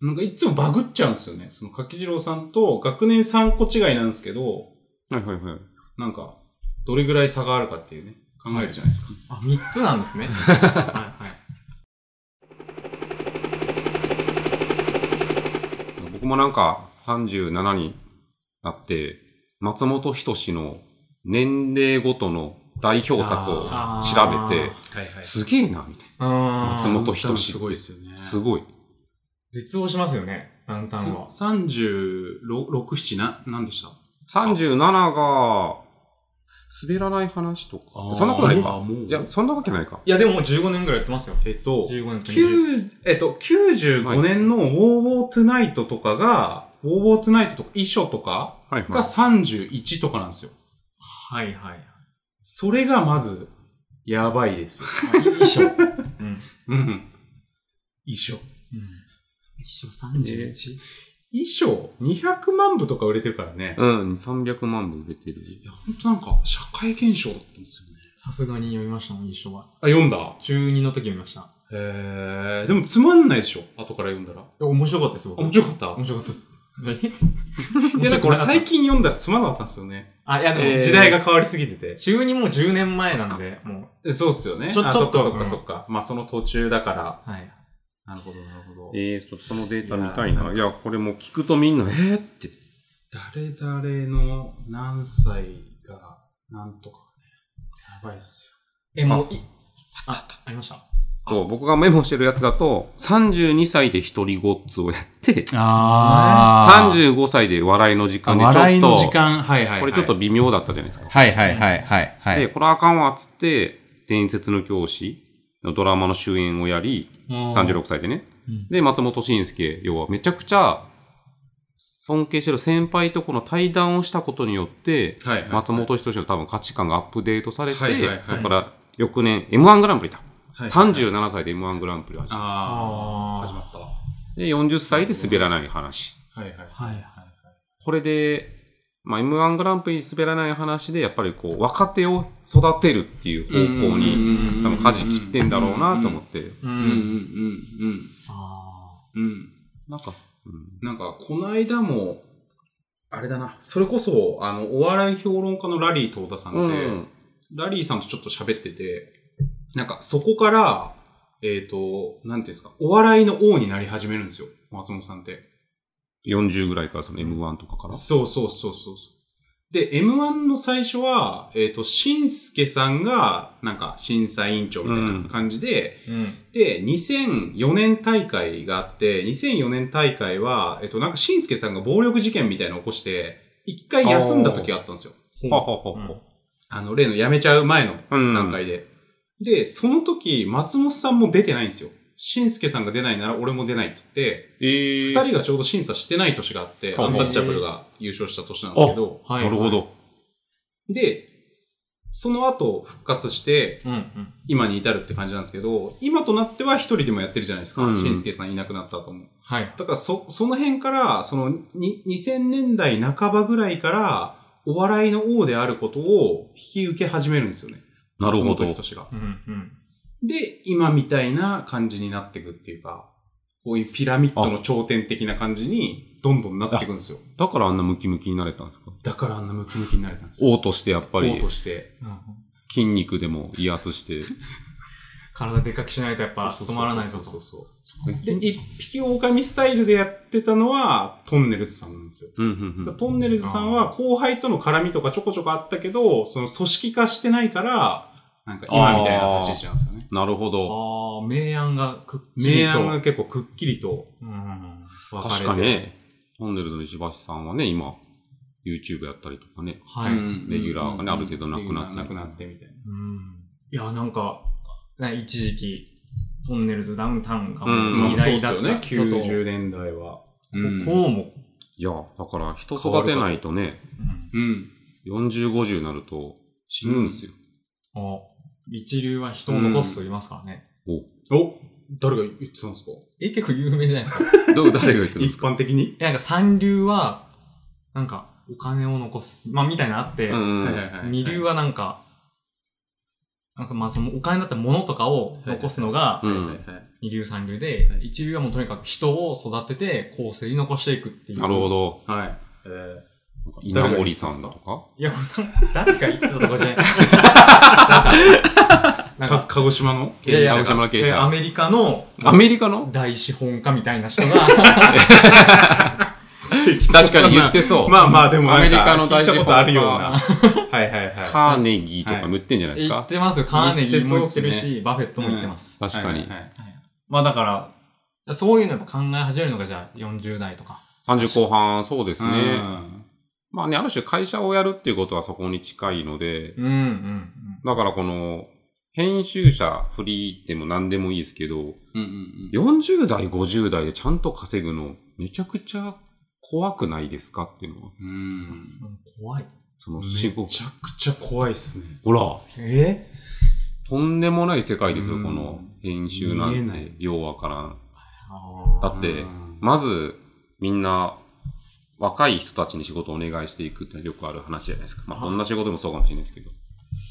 Speaker 2: なんかいつもバグっちゃうんですよね。その柿次郎さんと学年3個違いなんですけど、
Speaker 3: はいはいはい。
Speaker 2: なんか、どれぐらい差があるかっていうね、考えるじゃないですか。
Speaker 1: あ、三つなんです ね。はいはい。
Speaker 3: 僕もなんか37になって、松本人志の年齢ごとの代表作を
Speaker 1: あ
Speaker 3: 調
Speaker 1: ー
Speaker 3: べて、
Speaker 2: はいは
Speaker 3: すげえな、みたい
Speaker 1: 松
Speaker 3: 松本人志って
Speaker 2: すごいですよね。
Speaker 3: な。すごい。
Speaker 1: 絶望しますよね、ダウンタウンは。
Speaker 2: 36、7な、なんでした
Speaker 3: 37が、滑らない話とか。そんなことないか。
Speaker 2: あもう
Speaker 3: いや、そんなわけないか。
Speaker 1: いや、でももう15年ぐらいやってますよ。
Speaker 2: えっと、
Speaker 1: 15年と20。
Speaker 2: 9えっと、95年のウォーウォートゥナイトとかが、ウォーウォートゥナイトとか、遺書とか
Speaker 3: はいは
Speaker 2: が
Speaker 3: い。
Speaker 2: 31とかなんですよ。
Speaker 1: はいはい。
Speaker 2: それがまず、やばいですよ。
Speaker 1: まあいい衣装。うん。
Speaker 2: うん。衣装。
Speaker 1: 衣装
Speaker 2: 31衣装、200万部とか売れてるからね。
Speaker 3: うん、300万部売れてる。
Speaker 2: いや、ほんとなんか、社会現象だったんですよね。
Speaker 1: さすがに読みましたもん、衣装は。
Speaker 2: あ、読んだ
Speaker 1: 中2の時読みました。
Speaker 2: へえ。でもつまんないでしょ後から読んだら。あ
Speaker 1: でも面白かったです、僕。
Speaker 2: 面白かった
Speaker 1: 面白かったです。
Speaker 2: いや、なんか俺最
Speaker 1: 近。
Speaker 2: 近読んだらつまんなかったんですよね。
Speaker 1: あ、いやで
Speaker 3: え
Speaker 1: も、
Speaker 3: ー
Speaker 2: 時代が変わりすぎてて。
Speaker 1: 中2もう10年前なんで、も
Speaker 2: えそうっすよね。
Speaker 1: ちょ
Speaker 2: あ
Speaker 1: ちょっと
Speaker 2: そっかそっかそっか。まあその途中だから。
Speaker 1: う。はい。
Speaker 2: なるほど、なるほど。
Speaker 3: えー、ちょっとそのデータ見たいな。いや、これもう聞くとみんな、えーって。
Speaker 2: 誰々の何歳がなんとかね。やばいっす
Speaker 1: え、もう、いあ、ありました。
Speaker 3: と、僕がメモしてるやつだと、32歳で一人ごっつをやって、
Speaker 2: よ。
Speaker 1: あ
Speaker 3: 35歳で笑いの時間でちょっと、
Speaker 2: 笑いの時間。はいはいはい。
Speaker 3: これちょっと。微妙だったじゃないですか。
Speaker 2: はいはいはいはい。は
Speaker 3: で、
Speaker 2: い。
Speaker 3: これあかんわっつって、伝説の教師のドラマの主演をやり、
Speaker 1: もう
Speaker 3: 36歳でね。
Speaker 1: うん
Speaker 3: で、松本慎介、要はめちゃくちゃ尊敬してる先輩とこの対談をしたことによって、
Speaker 2: はいはい
Speaker 3: 松本人志の多分価値観がアップデートされて、
Speaker 2: はいはいはい
Speaker 3: そこから翌年 M1 グランプリだ。
Speaker 2: はい
Speaker 3: 37歳で M1 グランプリを始め
Speaker 2: ああ、始まった。
Speaker 3: て、で40歳で滑らない話。
Speaker 2: はいはい。
Speaker 1: はいはい
Speaker 3: これで、まあ、M1 グランプリ滑らない話で、やっぱりこう、若手を育てるっていう方向に、
Speaker 2: に
Speaker 3: 多分舵切ってんだろうなと思っ。て、
Speaker 1: う
Speaker 2: うん
Speaker 1: ん
Speaker 2: うんうん
Speaker 1: あ
Speaker 2: うん。うん。
Speaker 3: なんか、うん
Speaker 2: なんか、この間も、あれだな、それこそ、あの、お笑い評論家のラリー東田さんで、
Speaker 3: うん
Speaker 2: ラリーさんとちょっと喋ってて、なんかそこから、えっ、と、なんていうんですか、お笑いの王になり始めるんですよ、松本さんって。
Speaker 3: 40ぐらいからその M1 とかから。
Speaker 2: そうそうそうそうそう。で、M1 の最初は、えっ、と、しんすけさんが、なんか、審査委員長みたいな感じで、
Speaker 1: ーうん。
Speaker 2: で、2004年大会があって、2004年大会は、えっと、なんか、しんすけさんが暴力事件みたいなのを起こして、一回休んだ時があったんですよ。
Speaker 3: はははは。
Speaker 2: あの、例の辞めちゃう前の
Speaker 3: うん
Speaker 2: 段階で。で、その時、松本さんも出てないんですよ。しんすけさんが出ないなら俺も出ないって言って、
Speaker 3: えー、
Speaker 2: 二、人がちょうど審査してない年があって、
Speaker 3: ほう
Speaker 2: ア
Speaker 3: ほう
Speaker 2: ンタッチャブルが優勝した年なんですけど、
Speaker 1: はい
Speaker 3: なるほ。ど。
Speaker 2: で、その後復活して、
Speaker 1: うんうん。
Speaker 2: 今に至るって感じなんですけど、今となっては一人でもやってるじゃないですか。
Speaker 3: うん
Speaker 2: しんすけさんいなくなったと思う。
Speaker 1: はい。
Speaker 2: だからそ、その辺から、その、に2000年代半ばぐらいから、お笑いの王であることを引き受け始めるんですよね。
Speaker 3: なるほ
Speaker 2: 松
Speaker 3: ど
Speaker 2: 本。人志が。
Speaker 1: うんうん。
Speaker 2: で、今みたいな感じになっていくっていうか、こういうピラミッドの頂点的な感じに、どんどんなっていくんですよ。
Speaker 3: だからあんなムキムキになれたんですか
Speaker 2: だからあんなムキムキになれたんです。
Speaker 3: 王としてやっぱ
Speaker 2: 王
Speaker 3: り
Speaker 2: として。
Speaker 1: うん
Speaker 3: 筋肉でも威圧して。
Speaker 1: 体でかくしないとやっぱ
Speaker 2: そうそうそう
Speaker 1: 務
Speaker 2: そう
Speaker 1: まらないぞ
Speaker 2: そう
Speaker 1: と。
Speaker 2: そうそう。で、一匹狼スタイルでやってたのは、トンネルズさんなんですよ。
Speaker 3: うん
Speaker 2: だ
Speaker 3: う
Speaker 2: から
Speaker 3: ん
Speaker 2: トンネルズさんは後輩との絡みとかちょこちょこあったけど、その組織化してないから、なんか今みたいな立ち位置なんですよね。
Speaker 3: うん。なるほど。
Speaker 1: ああ、明暗がくっきり
Speaker 2: 明
Speaker 1: と。
Speaker 2: 暗が結構くっきりと
Speaker 1: うんうんうん。
Speaker 2: 分かれて。
Speaker 3: 確かね、トンネルズの石橋さんはね、今、YouTube やったりとかね。
Speaker 1: はい。
Speaker 2: う
Speaker 1: うん
Speaker 2: ん
Speaker 3: レギュラーがねある程度なくなっ
Speaker 2: レギュ
Speaker 3: て
Speaker 2: ラーなくなってみたいな。
Speaker 1: いや、なんか、ね一時期、トンネルズダウンタウンが
Speaker 3: うん
Speaker 1: も
Speaker 3: まあ
Speaker 1: う偉大だった
Speaker 2: そ
Speaker 1: 人
Speaker 2: うっ
Speaker 1: と、
Speaker 2: すよね、90年代は。
Speaker 1: ここうも、
Speaker 3: いや、だから人育てないとね、
Speaker 1: うん
Speaker 2: うん。
Speaker 3: 40、50になると死ぬんですよ。
Speaker 1: あ一流は人を残すと言いますからね。
Speaker 2: お誰が言ってたんですか
Speaker 1: え、結構有名じゃないですか。
Speaker 3: どう誰が言ってるんです
Speaker 2: 一般的に
Speaker 1: えなんか三流は、なんか、お金を残す。まあ、みたいなのあって、
Speaker 3: かうんうんうん。
Speaker 1: 二流はなんか、なんかまあそのお金だったら物とかを残すのが
Speaker 3: う
Speaker 2: はい
Speaker 3: ん
Speaker 2: はいはい
Speaker 1: 二流三流で
Speaker 2: は、い
Speaker 1: 一流はもうとにかく人を育てて後世に残していくっていう。
Speaker 3: なるほど。
Speaker 2: はい。えー
Speaker 3: 稲森さんだとか
Speaker 1: いや、これ誰か言ってたとかじゃない。なん
Speaker 2: か
Speaker 1: か、
Speaker 2: 鹿児島の
Speaker 1: いやいや
Speaker 3: 鹿児島の経営
Speaker 1: いやア
Speaker 3: 者。
Speaker 1: メリカの
Speaker 3: アメリカの
Speaker 1: 大資本家みたいな人が、
Speaker 3: 確かに言ってそう。
Speaker 2: まあまあ、でもなんか、
Speaker 3: アメリカの
Speaker 2: 聞
Speaker 3: 大
Speaker 2: い
Speaker 3: 事
Speaker 2: た
Speaker 3: 法
Speaker 2: ことあるような。はいはいは
Speaker 3: カーネギーとかも言ってんじゃないです
Speaker 1: 言っ
Speaker 3: か、
Speaker 1: てますよ。カーネギーも言って
Speaker 2: 言っ
Speaker 1: て
Speaker 2: そうっ
Speaker 1: る
Speaker 2: すね
Speaker 1: し、バフェットも言ってます。
Speaker 2: い。
Speaker 3: 確かに
Speaker 2: は。いはい
Speaker 1: はいまあだから、そういうのやっぱ考え始めるのがじゃあ40代とか。
Speaker 3: 30後半、そうです
Speaker 2: はい
Speaker 3: ね。まあね、ある種会社をやるっていうことはそこに近いので、
Speaker 1: うんうん
Speaker 3: だからこの、編集者フリーでも何でもいいですけど、
Speaker 2: うんうんうん
Speaker 3: 40代、50代でちゃんと稼ぐの、めちゃくちゃ怖くないですかっていうのは。
Speaker 2: うん
Speaker 1: う。ん。怖い。
Speaker 3: その仕
Speaker 2: め
Speaker 3: 事。
Speaker 2: ちゃくちゃ怖いっすね。
Speaker 3: ほら、
Speaker 1: え
Speaker 3: とんでもない世界ですよ、
Speaker 2: うん
Speaker 3: この編集なん
Speaker 2: 見え
Speaker 3: て。
Speaker 2: ない
Speaker 3: 要はからん。
Speaker 1: あ
Speaker 3: だって
Speaker 2: うん
Speaker 3: まず、みんな、若い人たちに仕事をお願いしていくってよくある話じゃないですか。まあ、
Speaker 1: はい
Speaker 3: どんな仕事でもそうかもしれないですけど。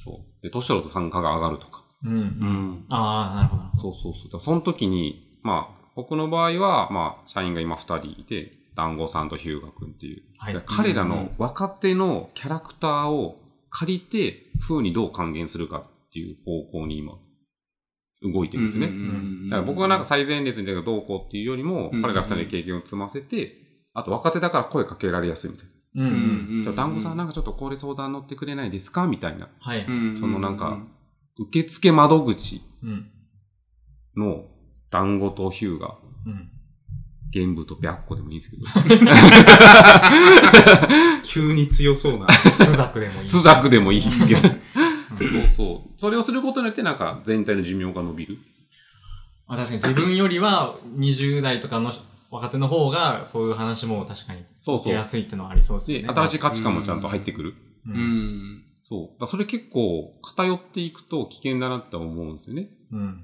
Speaker 3: そう。で、年取ると単価が上がるとか。
Speaker 1: ーうん
Speaker 2: う。ん。
Speaker 1: ああ、なるほどなるほど。
Speaker 3: そうそうそう。だからその時に、まあ、僕の場合は、まあ、社員が今2人いて、団子さんとヒューガ君っていう。
Speaker 1: はい
Speaker 3: だから彼ら
Speaker 2: うんう
Speaker 3: の
Speaker 2: ん
Speaker 3: 若手のキャラクターを借りて、風にどう還元するかっていう方向に今、動いてるんですね。だから僕はなんか、最前列でどうこうっていうよりも、
Speaker 2: うん
Speaker 3: 彼ら二人で経験を積ませて、あと若手だから声かけられやすいみたいな。
Speaker 1: うんうん。
Speaker 3: じゃあ団子さんなんかちょっとこれ相談乗ってくれないですかみたいな。
Speaker 1: はい。
Speaker 3: そのなんか、受付窓口
Speaker 1: うん。
Speaker 3: の団子とヒューが、
Speaker 1: うん。
Speaker 3: 玄武と白子でもいいですけど、
Speaker 2: 急に強そうな。
Speaker 1: スザクで もいい。
Speaker 3: スザクでもいいですけ ど。そうそう。それをすることによってなんか全体の寿命が伸びる。
Speaker 1: まあ確かに自分よりは20代とかの若手の方がそういう話も確かに
Speaker 3: そう
Speaker 1: 受け
Speaker 3: そう
Speaker 1: や。すいってのはありそうですよ
Speaker 3: で、
Speaker 1: ね。
Speaker 3: 新しい価値観もちゃんと入ってくる。
Speaker 1: う。
Speaker 2: うんん。
Speaker 3: そう。だからそれ結構偏っていくと危険だなって思うんですよね。
Speaker 1: うん。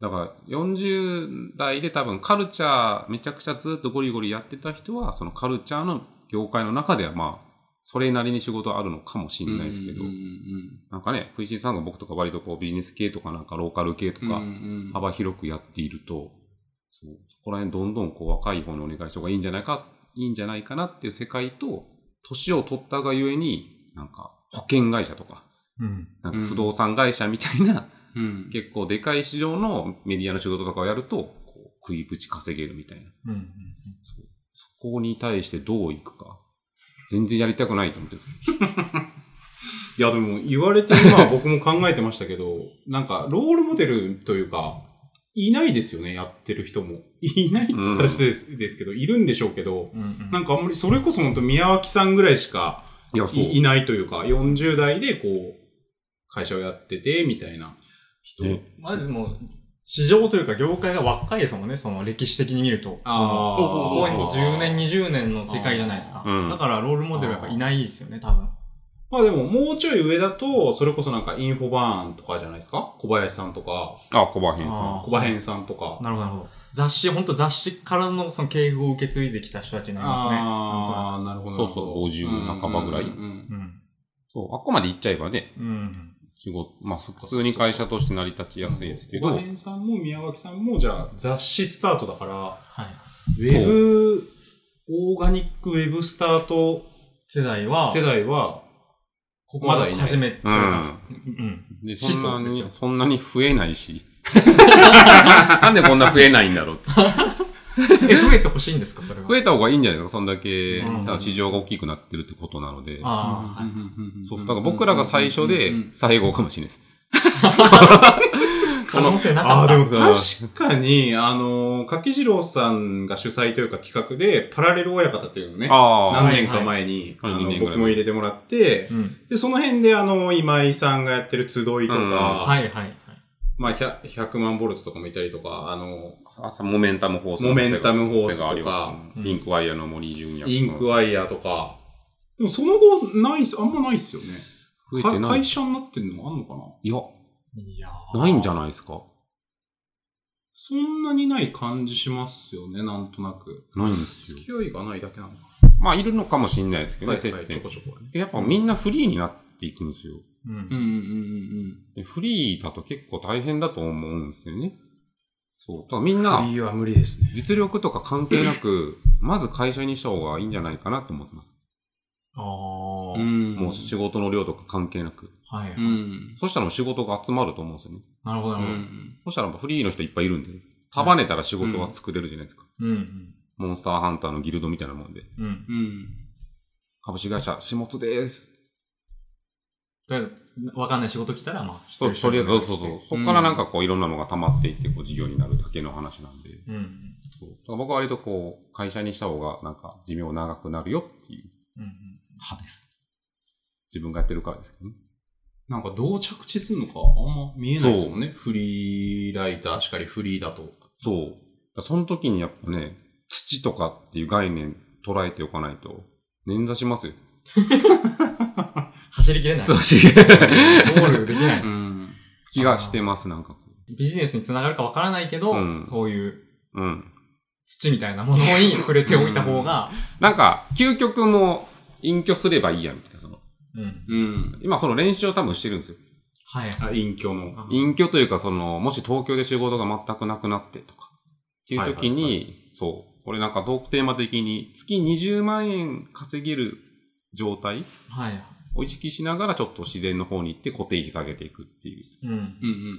Speaker 3: だから40代で多分カルチャーめちゃくちゃずっとゴリゴリやってた人は、そのカルチャーの業界の中ではまあ、それなりに仕事あるのかもしれないですけど、
Speaker 2: うんうん
Speaker 3: なんかね、藤井さんが僕とか割とこうビジネス系とかなんかローカル系と
Speaker 2: うん。
Speaker 3: か
Speaker 2: うん
Speaker 3: 幅広くやっていると、そうそこら辺どんどんこう若い方にお願いした方がいいんじゃないか、いいんじゃないかなっていう世界と、年を取ったがゆえに、なんか保険会社とか、
Speaker 1: うん。
Speaker 3: なんか不動産会社みたいな、
Speaker 2: うん。
Speaker 3: 結構でかい市場のメディアの仕事とかをやると、こう食いぶち稼げるみたいな。
Speaker 1: うん。
Speaker 3: そうそこに対してどういくか。全然やりたくないと思ってるんですけ
Speaker 2: いや、でも言われて今僕も考えてましたけど、なんかロールモデルというか、いないですよね、やってる人も。いないっつったら失礼です,、ですけど、いるんでしょうけど、
Speaker 1: うんうん。
Speaker 2: なんかあんまり、それこそ本当宮脇さんぐらいしか
Speaker 3: ど。いや、そう。
Speaker 2: いいないというか、40代でこう、会社をやってて、みたいな人。
Speaker 3: ね
Speaker 1: まあでも、市場というか業界が若いですもんね、その歴史的に見ると。
Speaker 2: あー
Speaker 1: そうそうそう。
Speaker 2: あー
Speaker 1: ここ10年、20年の世界じゃないですか。
Speaker 3: うん
Speaker 1: だからロールモデルはやっぱいないですよね、多分。
Speaker 2: まあでも、もうちょい上だと、それこそなんかインフォバーンとかじゃないですか小林さんとか、
Speaker 3: あ、小林さん。
Speaker 1: あ
Speaker 2: 小林さんとか。
Speaker 1: なるほど、なるほど。雑誌、ほんと雑誌からのその敬語を受け継いできた人たちになりますね。
Speaker 2: ああ、なるほど。なるほど
Speaker 3: そうそう50半ばぐらい
Speaker 2: うんうんうん
Speaker 1: なん
Speaker 3: そう、あっこまで行っちゃえばね、
Speaker 1: となく。うん。うん。
Speaker 3: 仕事、まあ
Speaker 2: そ
Speaker 3: 普
Speaker 2: っか
Speaker 3: 通に会社として成り立ちやすいですけ
Speaker 2: 小
Speaker 3: ど、
Speaker 2: 林さんも宮脇さんも、じゃあ雑誌スタートだから、
Speaker 1: はい。
Speaker 2: ウェブ、オーガニックウェブスタート
Speaker 1: 世代は、
Speaker 2: 世代は、
Speaker 1: こ
Speaker 2: まだいない
Speaker 1: 初めてです。うん。
Speaker 3: で
Speaker 1: 子
Speaker 3: そ
Speaker 1: 孫
Speaker 3: ん
Speaker 1: で
Speaker 3: な
Speaker 1: すよ
Speaker 3: に、そんなに増えないし。 なんでこんな増えないんだろうって。
Speaker 1: え、増えてほしいんですか、それは。
Speaker 3: 増えた方がいいんじゃないですか、そんだけ
Speaker 1: うん
Speaker 3: さ市場が大きくなってるってことなので。
Speaker 1: ああ、はい。
Speaker 3: そう、だから僕らが最初で
Speaker 2: うん
Speaker 3: 最後かもしれないです。
Speaker 1: 可能性な
Speaker 2: あ
Speaker 1: か
Speaker 2: あ、
Speaker 1: った。
Speaker 2: で
Speaker 1: う
Speaker 2: も
Speaker 1: ん。
Speaker 2: 確かに、あの、柿次郎さんが主催というか企画で、パラレル親方っていうのね、
Speaker 3: あ
Speaker 2: 何年か前に、
Speaker 3: はいは
Speaker 2: あ
Speaker 3: い
Speaker 2: の
Speaker 3: 二年ぐらい
Speaker 2: 僕も入れてもらって、で、その辺で、あの、今井さんがやってる集いとか、
Speaker 3: うん
Speaker 1: はい、はい、はい。
Speaker 2: まあ100、100万ボルトとかもいたりとか、あの、
Speaker 3: あ、朝モメンタム放送。
Speaker 2: モメンタム放送とか
Speaker 3: セガリオ君インクワイアの森純也君。
Speaker 2: インクワイヤーとか。でもその後、ないっす、あんまないっすよね。
Speaker 3: 増えて
Speaker 2: か
Speaker 3: ない。
Speaker 2: 会
Speaker 3: い
Speaker 2: 社になってんのあんのかな
Speaker 3: や、
Speaker 1: いや
Speaker 3: ないんじ
Speaker 1: ゃ
Speaker 3: ゃないですか。
Speaker 2: そんなにない感じしますよね、なんとなく。
Speaker 3: ないんです
Speaker 2: 付
Speaker 3: よ。
Speaker 2: き合いがないだけなのか
Speaker 3: まあ、いるのかもしれないですけ
Speaker 2: な。
Speaker 3: ど
Speaker 2: は
Speaker 3: ね、
Speaker 2: い、
Speaker 3: 接
Speaker 2: はい、ちょ
Speaker 3: 点
Speaker 2: こ。ちょこはね。
Speaker 3: やっぱみんなフリーになっていくんですよ。
Speaker 1: うん。
Speaker 2: うんうんうん
Speaker 3: でフリーだと結構大変だと思うんですよね。そう。だからみん
Speaker 2: うん。
Speaker 3: な、
Speaker 2: 理由は無理ですね。
Speaker 3: 実力とか関係なく、 まず会社にした方がいいんじゃないかなと思ってます。
Speaker 1: ああ、
Speaker 2: ん
Speaker 3: もう仕事の量とか関係なく。
Speaker 1: はい、はい。
Speaker 2: ん。
Speaker 3: そしたらもう仕事が集まると思うんですよね。
Speaker 1: なるほど、なるほど。
Speaker 3: そしたらもうフリーの人いっぱいいるんで、束ねたら仕事は作れるじゃないですか。
Speaker 1: うん。
Speaker 3: モンスターハンターのギルドみたいなもんで。
Speaker 1: うん。うん。
Speaker 2: うん。
Speaker 3: 株式会社、下津です。
Speaker 1: とりあえず、わかんない仕事来たら、まあ、
Speaker 3: そう、とりあえず、そうそうそう。そこから
Speaker 2: うん
Speaker 3: なんかこう、いろんなのが溜まっていって、こう、事業になるだけの話なんで。
Speaker 1: う。うん。
Speaker 3: そう。だから僕は割とこう、会社にした方が、なんか、寿命長くなるよっていう
Speaker 1: うん。
Speaker 3: 派です。自分がやってるからですけどね。
Speaker 2: なんかどう着地するのかあんま見えないですもんね。フリーライターしかりフリーだと。
Speaker 3: そう。その時にやっぱね、土とかっていう概念捉えておかないと、捻挫しますよ。
Speaker 1: 走りきれない。ゴ
Speaker 3: し。
Speaker 1: ールできない。
Speaker 2: ん。
Speaker 3: 気がしてます、なんかこ
Speaker 1: ビジネスにつながるかわからないけど、
Speaker 3: うん
Speaker 1: そういう
Speaker 3: う。うん。
Speaker 1: 土みたいなものに触れておいた方が、
Speaker 3: なんか、究極も隠居すればいいや、みたいな。その
Speaker 1: うん。
Speaker 2: うん。
Speaker 3: 今、その練習を多分してるんですよ。
Speaker 1: はい。
Speaker 2: あ、隠居の。
Speaker 3: 隠居というか、その、もし東京で仕事が全くなくなってとか、っていう時に、
Speaker 2: はい
Speaker 3: そう、これなんかトークテーマ的に、月20万円稼げる状態
Speaker 1: はい。
Speaker 3: を意識しながら、ちょっと自然の方に行って固定費下げていくってい
Speaker 1: うん。
Speaker 3: う
Speaker 2: うんう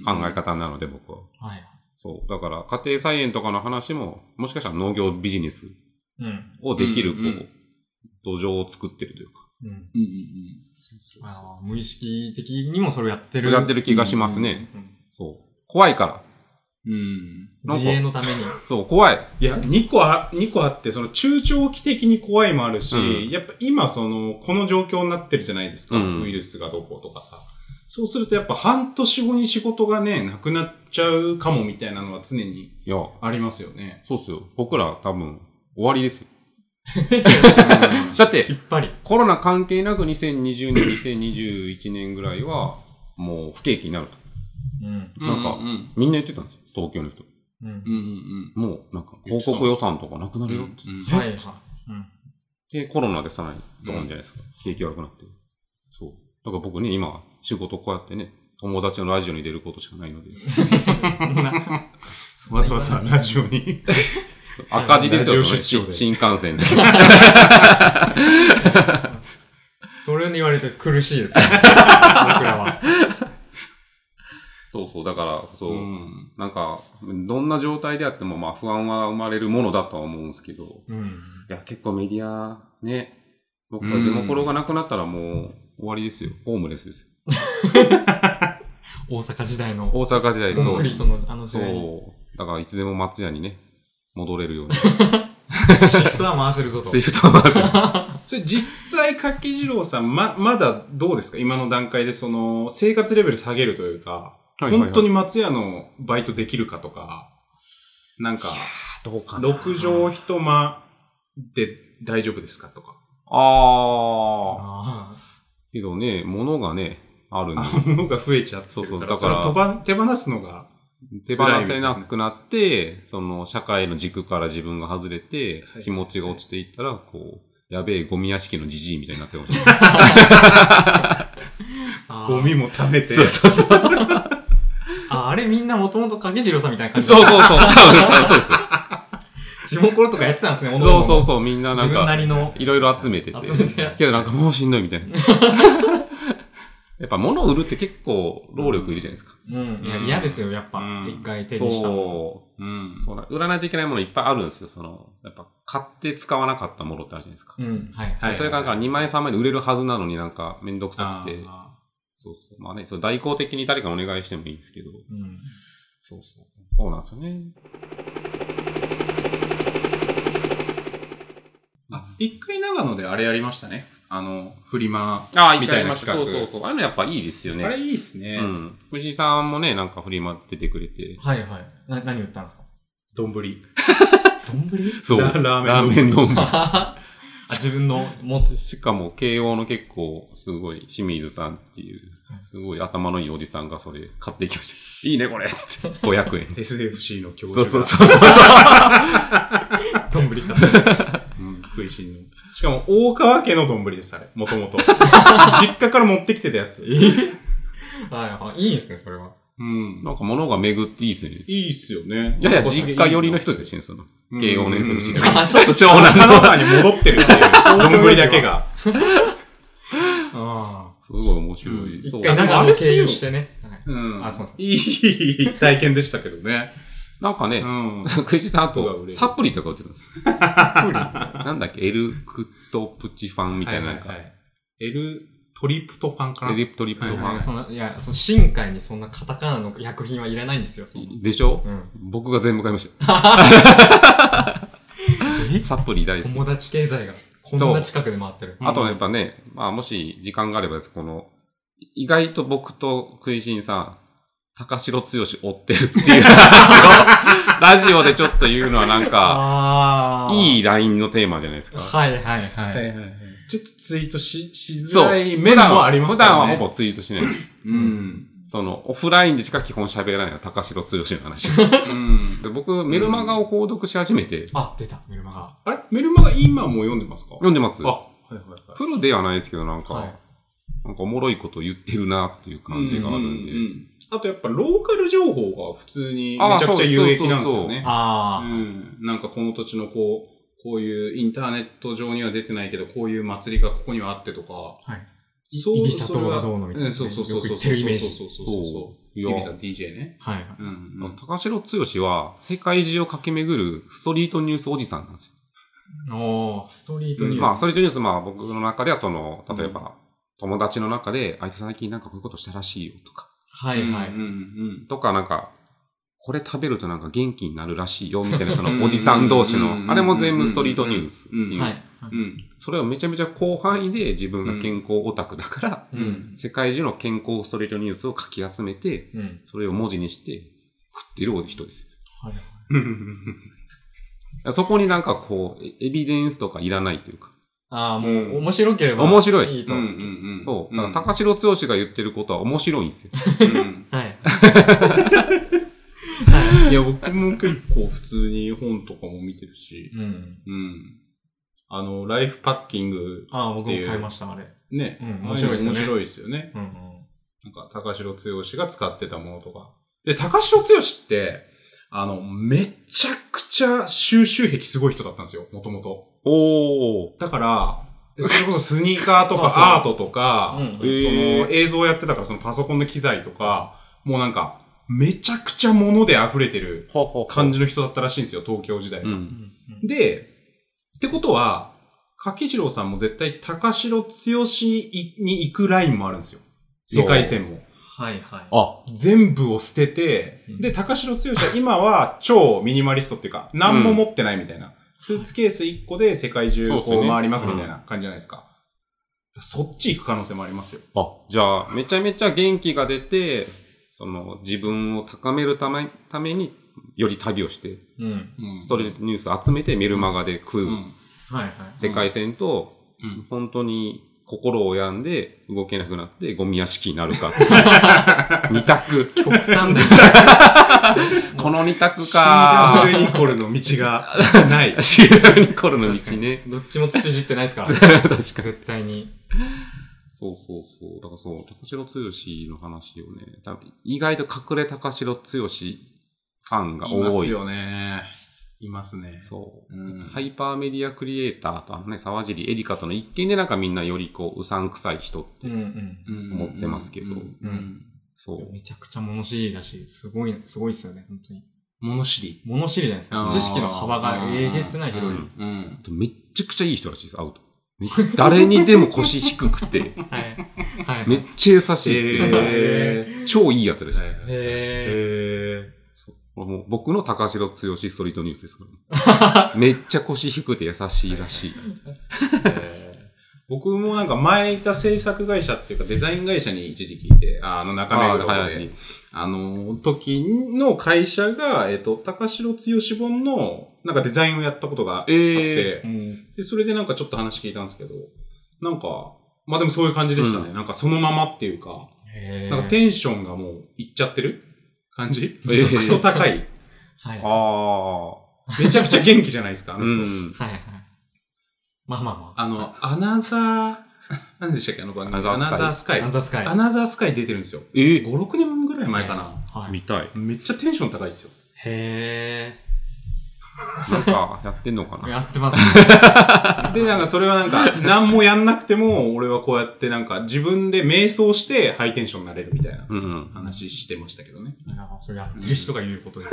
Speaker 2: ん
Speaker 3: 考え方なので、僕は。
Speaker 1: はい。
Speaker 3: そう。だから、家庭菜園とかの話も、もしかしたら農業ビジネス
Speaker 1: うん。
Speaker 3: をできる、こ
Speaker 2: うんうん
Speaker 3: う、土壌を作ってるというか、
Speaker 1: うん。
Speaker 2: うんうん
Speaker 1: あの無意識的にもそれをやって
Speaker 3: そ
Speaker 1: る。
Speaker 3: れやってる気がしますね。
Speaker 1: うん。
Speaker 3: そう。怖いから。
Speaker 2: うん。うん。
Speaker 1: 自衛のために。
Speaker 3: そう、怖い。
Speaker 2: いや、2個あ、二個あって、その中長期的に怖いもあるし、
Speaker 3: うん
Speaker 2: やっぱ今その、この状況になってるじゃないですか、
Speaker 3: うん
Speaker 2: ウイルスがどうこうとかさ。そうするとやっぱ半年後に仕事がね、なくなっちゃうかもみたいなのは常に
Speaker 3: いや、
Speaker 2: ありますよね。
Speaker 3: そうっすよ。僕ら多分終わりですよ。だって
Speaker 1: きっぱり。
Speaker 3: コロナ関係なく2020年、2021年ぐらいはもう不景気になると。
Speaker 1: うん。
Speaker 3: なんか
Speaker 2: うんうん
Speaker 3: みんな言ってたんですよ、東京の人。
Speaker 1: うん。
Speaker 2: うんうん
Speaker 3: もうなんか広告予算とかなくな
Speaker 2: うん。う
Speaker 3: るよっ
Speaker 2: ん
Speaker 3: て。
Speaker 2: うん
Speaker 1: はいはい。うん。
Speaker 3: で、コロナでさらにドーンじゃないですか。景気悪くなって。そう。だから僕ね、今、仕事こうやってね、友達のラジオに出ることしかないの で、
Speaker 2: わざわざラジオに。
Speaker 3: 赤字です
Speaker 2: ラ
Speaker 3: よ、
Speaker 2: ジ
Speaker 3: そ
Speaker 2: オ
Speaker 3: れ
Speaker 2: 出張で
Speaker 3: 新幹 線で。
Speaker 1: それに言われて苦しいですね。 僕らは。
Speaker 3: そうそう、だから、そう、
Speaker 2: うん
Speaker 3: なんか、どんな状態であっても、まあ不安は生まれるものだとは思うんですけど、い
Speaker 1: うん。
Speaker 3: や、結構メディア、ね、僕は地元がなくなったらもう終わりですよ。ホームレスですよ。
Speaker 1: 大阪時代の
Speaker 3: 大阪時代、
Speaker 1: コ
Speaker 3: そ
Speaker 1: ンク
Speaker 3: う
Speaker 1: リー。トのあの時代に。
Speaker 3: そう。だからいつでも松屋にね、戻れるように。
Speaker 1: シフトは回せるぞと
Speaker 3: ツ。イフトは回す
Speaker 2: それ実際、柿次郎さん、ま、まだどうですか今の段階で、その、生活レベル下げるというか、
Speaker 3: はいはいはい
Speaker 2: 本当に松屋のバイトできるかとか、なんか、
Speaker 3: どうか
Speaker 2: 6畳一間で大丈夫ですかとか。
Speaker 3: ああ。
Speaker 1: あ
Speaker 3: けどね、物がね、あるんで、
Speaker 2: あ、物が増えちゃってるから、そ
Speaker 3: そ
Speaker 2: う
Speaker 3: そう
Speaker 2: れ
Speaker 3: だから
Speaker 2: 飛ば、手放すのが、
Speaker 3: 手放せなくなって、その、社会の軸から自分が外れて、
Speaker 2: はい
Speaker 3: 気持ちが落ちていったら、こう、やべえ、ゴミ屋敷のじじいみたいになってほしい。
Speaker 1: あ。
Speaker 2: ゴミも溜め て、
Speaker 3: そうそう。
Speaker 1: ああれみんなもともと影次郎さんみたいな感じで
Speaker 3: そうそうそう。多分そうですよ。
Speaker 1: 地元とかやってたんですね、おのお
Speaker 3: そ
Speaker 1: の
Speaker 3: うそうそう。みんなな
Speaker 1: 自
Speaker 3: ん
Speaker 1: 分な
Speaker 3: か、
Speaker 1: りの。
Speaker 3: いろいろ集めてて
Speaker 1: 集めて。
Speaker 3: けどなんかもうしんどいみたいな。やっぱ物を売るって結構労力いるじゃないですか。
Speaker 1: うん。いや
Speaker 2: うん
Speaker 1: 嫌ですよ、やっぱ
Speaker 2: う。ん
Speaker 1: 一回手にしたもの。
Speaker 3: そう。
Speaker 2: うん。
Speaker 3: そうだ、売らないといけないものいっぱいあるんですよ。その、やっぱ、買って使わなかったものってあるじゃないですか。
Speaker 1: うん。はい。
Speaker 2: はい
Speaker 3: それがなんか2枚3枚で売れるはずなのになんかめんどくさ
Speaker 2: あ
Speaker 3: くて
Speaker 2: ー、
Speaker 3: そうそう。まあね、それ代行的に誰かにお願いしてもいいんですけど、
Speaker 1: うん。
Speaker 3: そうそう。そうなんですよね。
Speaker 2: あ、一回長野であれやりましたね。あの、フリマ。
Speaker 3: ああ、
Speaker 2: み
Speaker 3: み
Speaker 2: た
Speaker 3: た
Speaker 2: い
Speaker 3: い
Speaker 2: な
Speaker 3: な
Speaker 2: 企
Speaker 3: そう
Speaker 2: 画
Speaker 3: そうそう。ああいうのやっぱいいですよね。
Speaker 2: あれいいっすね
Speaker 3: う。ん。藤井さんもね、なんか振り回っててくれて。
Speaker 1: はいはい。な、何言ったんですか
Speaker 2: 丼、
Speaker 1: どんぶり
Speaker 3: そう。
Speaker 2: ララーメン丼
Speaker 3: ラーメン丼。
Speaker 1: あ自分の持つ。
Speaker 3: しかも、慶応の結構、すごい、清水さんっていう、すごい頭のいいおじさんがそれ買ってきました。 いいね、これつって。500円。
Speaker 2: SFC の教授
Speaker 3: そう
Speaker 2: が
Speaker 3: そうそうそう。
Speaker 1: どんぶり か。
Speaker 2: 食いしんの。しかも、大川家の丼です、あれ。もと もと。実家から持ってきてたやつ。
Speaker 1: はいはい。いいですね、それは。
Speaker 2: うん
Speaker 3: なんか物が巡っていいですよね。
Speaker 2: いいっすよね。。
Speaker 3: やや実家寄りの人ですすね、その
Speaker 2: う。ん
Speaker 3: 慶応の SFC と
Speaker 1: あ、
Speaker 3: か。
Speaker 1: ちょっと
Speaker 3: 長
Speaker 2: 神
Speaker 3: 男
Speaker 2: 奈
Speaker 3: の。
Speaker 2: 川に戻ってるっていう。丼だけ が。
Speaker 1: あ
Speaker 3: すごい面白
Speaker 2: う
Speaker 3: い。
Speaker 2: ん
Speaker 3: そう
Speaker 1: あ。
Speaker 2: や
Speaker 1: え、
Speaker 2: でも
Speaker 1: 長
Speaker 2: あ
Speaker 1: 野
Speaker 2: れする
Speaker 1: 経
Speaker 2: よ
Speaker 1: 由してね。はい
Speaker 2: うん。
Speaker 1: あそうそう
Speaker 2: いい体験でしたけど ね。
Speaker 3: なんか
Speaker 2: う
Speaker 3: ね、
Speaker 2: ん。
Speaker 3: クイジさんあ
Speaker 2: 服が売れ
Speaker 3: と、
Speaker 2: る
Speaker 3: サプリとか売ってたんですよ。
Speaker 1: サ
Speaker 3: なんだっけ、エルクトプチファンみたいな、なん
Speaker 2: は
Speaker 3: か、
Speaker 2: ははいエルトリプトファンかな
Speaker 3: テレプトリプトフ
Speaker 1: プリ。なん
Speaker 3: ァ
Speaker 1: かそんな、いや、その深海にそんなカタカナの薬品はいらないんですよ。そんな
Speaker 3: ン。でしょ
Speaker 1: うん。
Speaker 3: 僕が全部買いました。 サプリ大好き。
Speaker 1: 友達経済がこんな近くで回ってる。
Speaker 2: う
Speaker 3: あとやっぱね、まあもし時間があればです、この、意外と僕と食いしんさん、高城剛追ってるってい う話を、ラジオでちょっと言うのはなんか、
Speaker 1: ああ。
Speaker 3: い
Speaker 1: い。
Speaker 3: いラインのテーマじゃないですか。
Speaker 1: はいはいはい。
Speaker 2: はいはいはい。ちょっとツイートし、しづ
Speaker 3: そう。
Speaker 2: らい面もあります
Speaker 3: 普段は
Speaker 2: ね。
Speaker 3: ほぼツイー トしないです。
Speaker 2: ほぼ。うん。
Speaker 3: その、オフラインでしか基本喋らないのは高城剛の 話。
Speaker 2: うん。
Speaker 3: で僕、メルマガを購読し始めて、
Speaker 1: あ、出た、メルマガ。
Speaker 2: あれメルマガ今も読んでますか
Speaker 3: 読んでます
Speaker 2: あ、。はいはいはい。
Speaker 3: フルではないですけど、なんか、
Speaker 1: はい
Speaker 3: なんかおもろいこと言ってるなっていう感じがあるんで。
Speaker 2: うううんあとやっぱローカル情報が普通に
Speaker 3: あ
Speaker 2: め
Speaker 3: ー
Speaker 2: ちゃくちゃ有益なんですよね。う
Speaker 1: あ
Speaker 2: ん。なんかこの土地のこう、こういうインターネット上には出てないけど、こういう祭りがここにはあってとか。
Speaker 1: あ。はい。
Speaker 2: そう
Speaker 1: イビサ島がどうのみたいな
Speaker 2: うんそうそうそうそう。
Speaker 1: よく言ってるイメージ
Speaker 2: そうそうそうそ。
Speaker 3: そうう。い
Speaker 2: イ
Speaker 3: や
Speaker 2: ビサ DJ ね。
Speaker 1: はい。
Speaker 2: うんうん。
Speaker 3: 高城剛は世界中を駆け巡るストリートニュースおじさんなんですよ。
Speaker 1: おー、ストリートニュース。
Speaker 3: まあ、ストリートニュース、まあ僕の中ではその、例えば、友達の中で、あいつ最近なんかこういうことしたらしいよとか、
Speaker 1: はいはい。
Speaker 2: うんうんうん。
Speaker 3: とかなんか、これ食べるとなんか元気になるらしいよ、み たいな、そ
Speaker 2: うんうんう
Speaker 3: の
Speaker 2: ん
Speaker 3: おじさん同士
Speaker 2: うんうんうん
Speaker 3: の、あれも全部ストリートニュースって
Speaker 2: う
Speaker 3: い
Speaker 2: ん
Speaker 3: う。
Speaker 1: はい。
Speaker 2: うん。
Speaker 3: それをめちゃめちゃ広範囲で自分が健康オタクだから、
Speaker 1: う
Speaker 2: うんん。
Speaker 3: 世界中の健康ストリートニュースを書き集めて、
Speaker 1: うん。
Speaker 3: それを文字にして食ってる人です。
Speaker 1: はい。
Speaker 3: そこになんかこう、エエビデンスとかいらないというか。
Speaker 1: ああ、も
Speaker 2: う
Speaker 1: う、
Speaker 2: ん
Speaker 1: 面白ければ。
Speaker 3: 面白い
Speaker 1: いいと。
Speaker 2: う
Speaker 1: は
Speaker 2: んうんうん。
Speaker 3: そう。だ
Speaker 2: だ
Speaker 3: から、高城剛が言ってることは面白いんですよ。
Speaker 1: い。
Speaker 2: いや、僕も結構普通に本とかも見てるし、
Speaker 1: うん。
Speaker 2: うん。あの、ライフパッキング、
Speaker 1: ああ、僕も買いました、あれ。
Speaker 2: ね、
Speaker 1: うん面白いっすよね
Speaker 2: ああうの面白いですよね。
Speaker 1: うんうん。
Speaker 2: なんか、高城剛が使ってたものとか。で、高城剛って、あの、めちゃくちゃ収集癖すごい人だったんですよ、もともと。
Speaker 3: おー。
Speaker 2: だから、それこそスニーカーと
Speaker 1: あそう
Speaker 2: かアートとか、
Speaker 1: うん
Speaker 2: その
Speaker 3: へー
Speaker 2: 映像やってたからそのパソコンの機材とか、もうなんか、めちゃくちゃ物で溢れてる
Speaker 3: ほうほう
Speaker 2: 感じの人だったらしいんですよ、東京時代。
Speaker 3: うん。
Speaker 1: うん
Speaker 2: で、ってことは、柿次郎さんも絶対高城剛に行くラインもあるんですよ。世界線も。
Speaker 1: はいはい。
Speaker 3: あ、
Speaker 2: 全部を捨てて、
Speaker 1: うん
Speaker 2: で、高城剛は今は超ミニマリストっていうか、何も持ってないみたいな。スーツケース1個で世界中
Speaker 3: そうです
Speaker 2: こ
Speaker 3: よ
Speaker 2: う
Speaker 3: ね
Speaker 2: 回りますみたいな感じじゃないですか。そっち行く可能性もありますよ。
Speaker 3: あ、じゃあ、めちゃめちゃ元気が出て、その、自分を高めるためために、より旅をして、
Speaker 1: うん。
Speaker 2: うん
Speaker 3: それニュース集めてメルマガで食
Speaker 2: う
Speaker 3: う。
Speaker 2: ん。
Speaker 1: はいはい。
Speaker 3: 世界線と、
Speaker 2: うん
Speaker 3: 本当に心を病んで動けなくなってゴミ屋敷になる か。二択。
Speaker 1: 極端で。
Speaker 3: この二択
Speaker 2: シ
Speaker 3: か
Speaker 2: ーダ。ブルニコルの道がない。
Speaker 3: シーダブルニコルの道ね。
Speaker 1: どっちも土じってないですから。
Speaker 3: 確かに。
Speaker 1: 絶対に。
Speaker 3: そうそうそう。だからそう、高城剛の話をね、多分意外と隠れ高城剛ファンが
Speaker 2: いま
Speaker 3: 多
Speaker 2: す
Speaker 3: い。
Speaker 2: よね。いますね。
Speaker 3: そう。
Speaker 2: うん
Speaker 3: ハイパーメディアクリエイターとあのね、沢尻エリカとの一見でなんかみんなよりこう、うさんくさい人って
Speaker 1: うんうん。
Speaker 2: うん
Speaker 3: 思ってますけど
Speaker 2: うんうん
Speaker 3: そう。
Speaker 1: めちゃくちゃ物知りだし、すごい、すごいっすよね、本当に。
Speaker 2: 物知り。
Speaker 1: 物知りじゃないです
Speaker 2: あ
Speaker 1: か。
Speaker 2: ー
Speaker 1: 知識の幅がえげつない広いです。
Speaker 2: うんうん
Speaker 3: あとめっちゃくちゃいい人らしいです、会うと。め 誰にでも腰低くて、
Speaker 1: はい。はい。
Speaker 3: めっちゃ優しいっていう、
Speaker 2: へー
Speaker 3: 超いいやつらしい。
Speaker 1: へえ。
Speaker 2: へー
Speaker 3: そうこれもう僕の高城剛ストリートニュースです から、めっちゃ腰低くて優しいらしい。
Speaker 2: 僕もなんか前いた制作会社っていうかデザイン会社に一時聞いて、ああの中目黒で、あ,、
Speaker 3: はいはい
Speaker 2: の時の会社が、えっ、と、高城剛本のなんかデザインをやったことがあって、
Speaker 3: え
Speaker 1: うん
Speaker 2: で、それでなんかちょっと話聞いたんですけど、なんか、まあでもそういう感じでしたね。なんかそのままっていうか、
Speaker 1: へえ。
Speaker 2: なんかテンションがもういっちゃってる感じ、
Speaker 3: ええ
Speaker 2: クソ高い。
Speaker 1: はい。はい
Speaker 3: あ
Speaker 2: めちゃくちゃ元気じゃないですか、あ
Speaker 3: あ。
Speaker 2: の
Speaker 3: う
Speaker 2: 人
Speaker 3: ん。
Speaker 1: はい。まあまあまあ。
Speaker 2: あの、アナザー、何でしたっけあの番組。
Speaker 3: アナザー
Speaker 2: スカ
Speaker 1: アンザスカイ。
Speaker 2: アナザースカイ出てるんですよ。
Speaker 3: え
Speaker 2: 5、6年ぐらい前かな。
Speaker 1: はい。
Speaker 3: 見たい。
Speaker 2: めっちゃテンション高いですよ。
Speaker 1: へ
Speaker 3: なんか、やってんのか
Speaker 1: え。
Speaker 3: な
Speaker 1: やってますね。
Speaker 2: で、なんかそれはなんか、何もやんなくても、俺はこうやってなんか自分で瞑想してハイテンションになれるみたいな
Speaker 3: うん。
Speaker 2: 話してましたけどね。
Speaker 1: なんかそれやってる人が言うことです。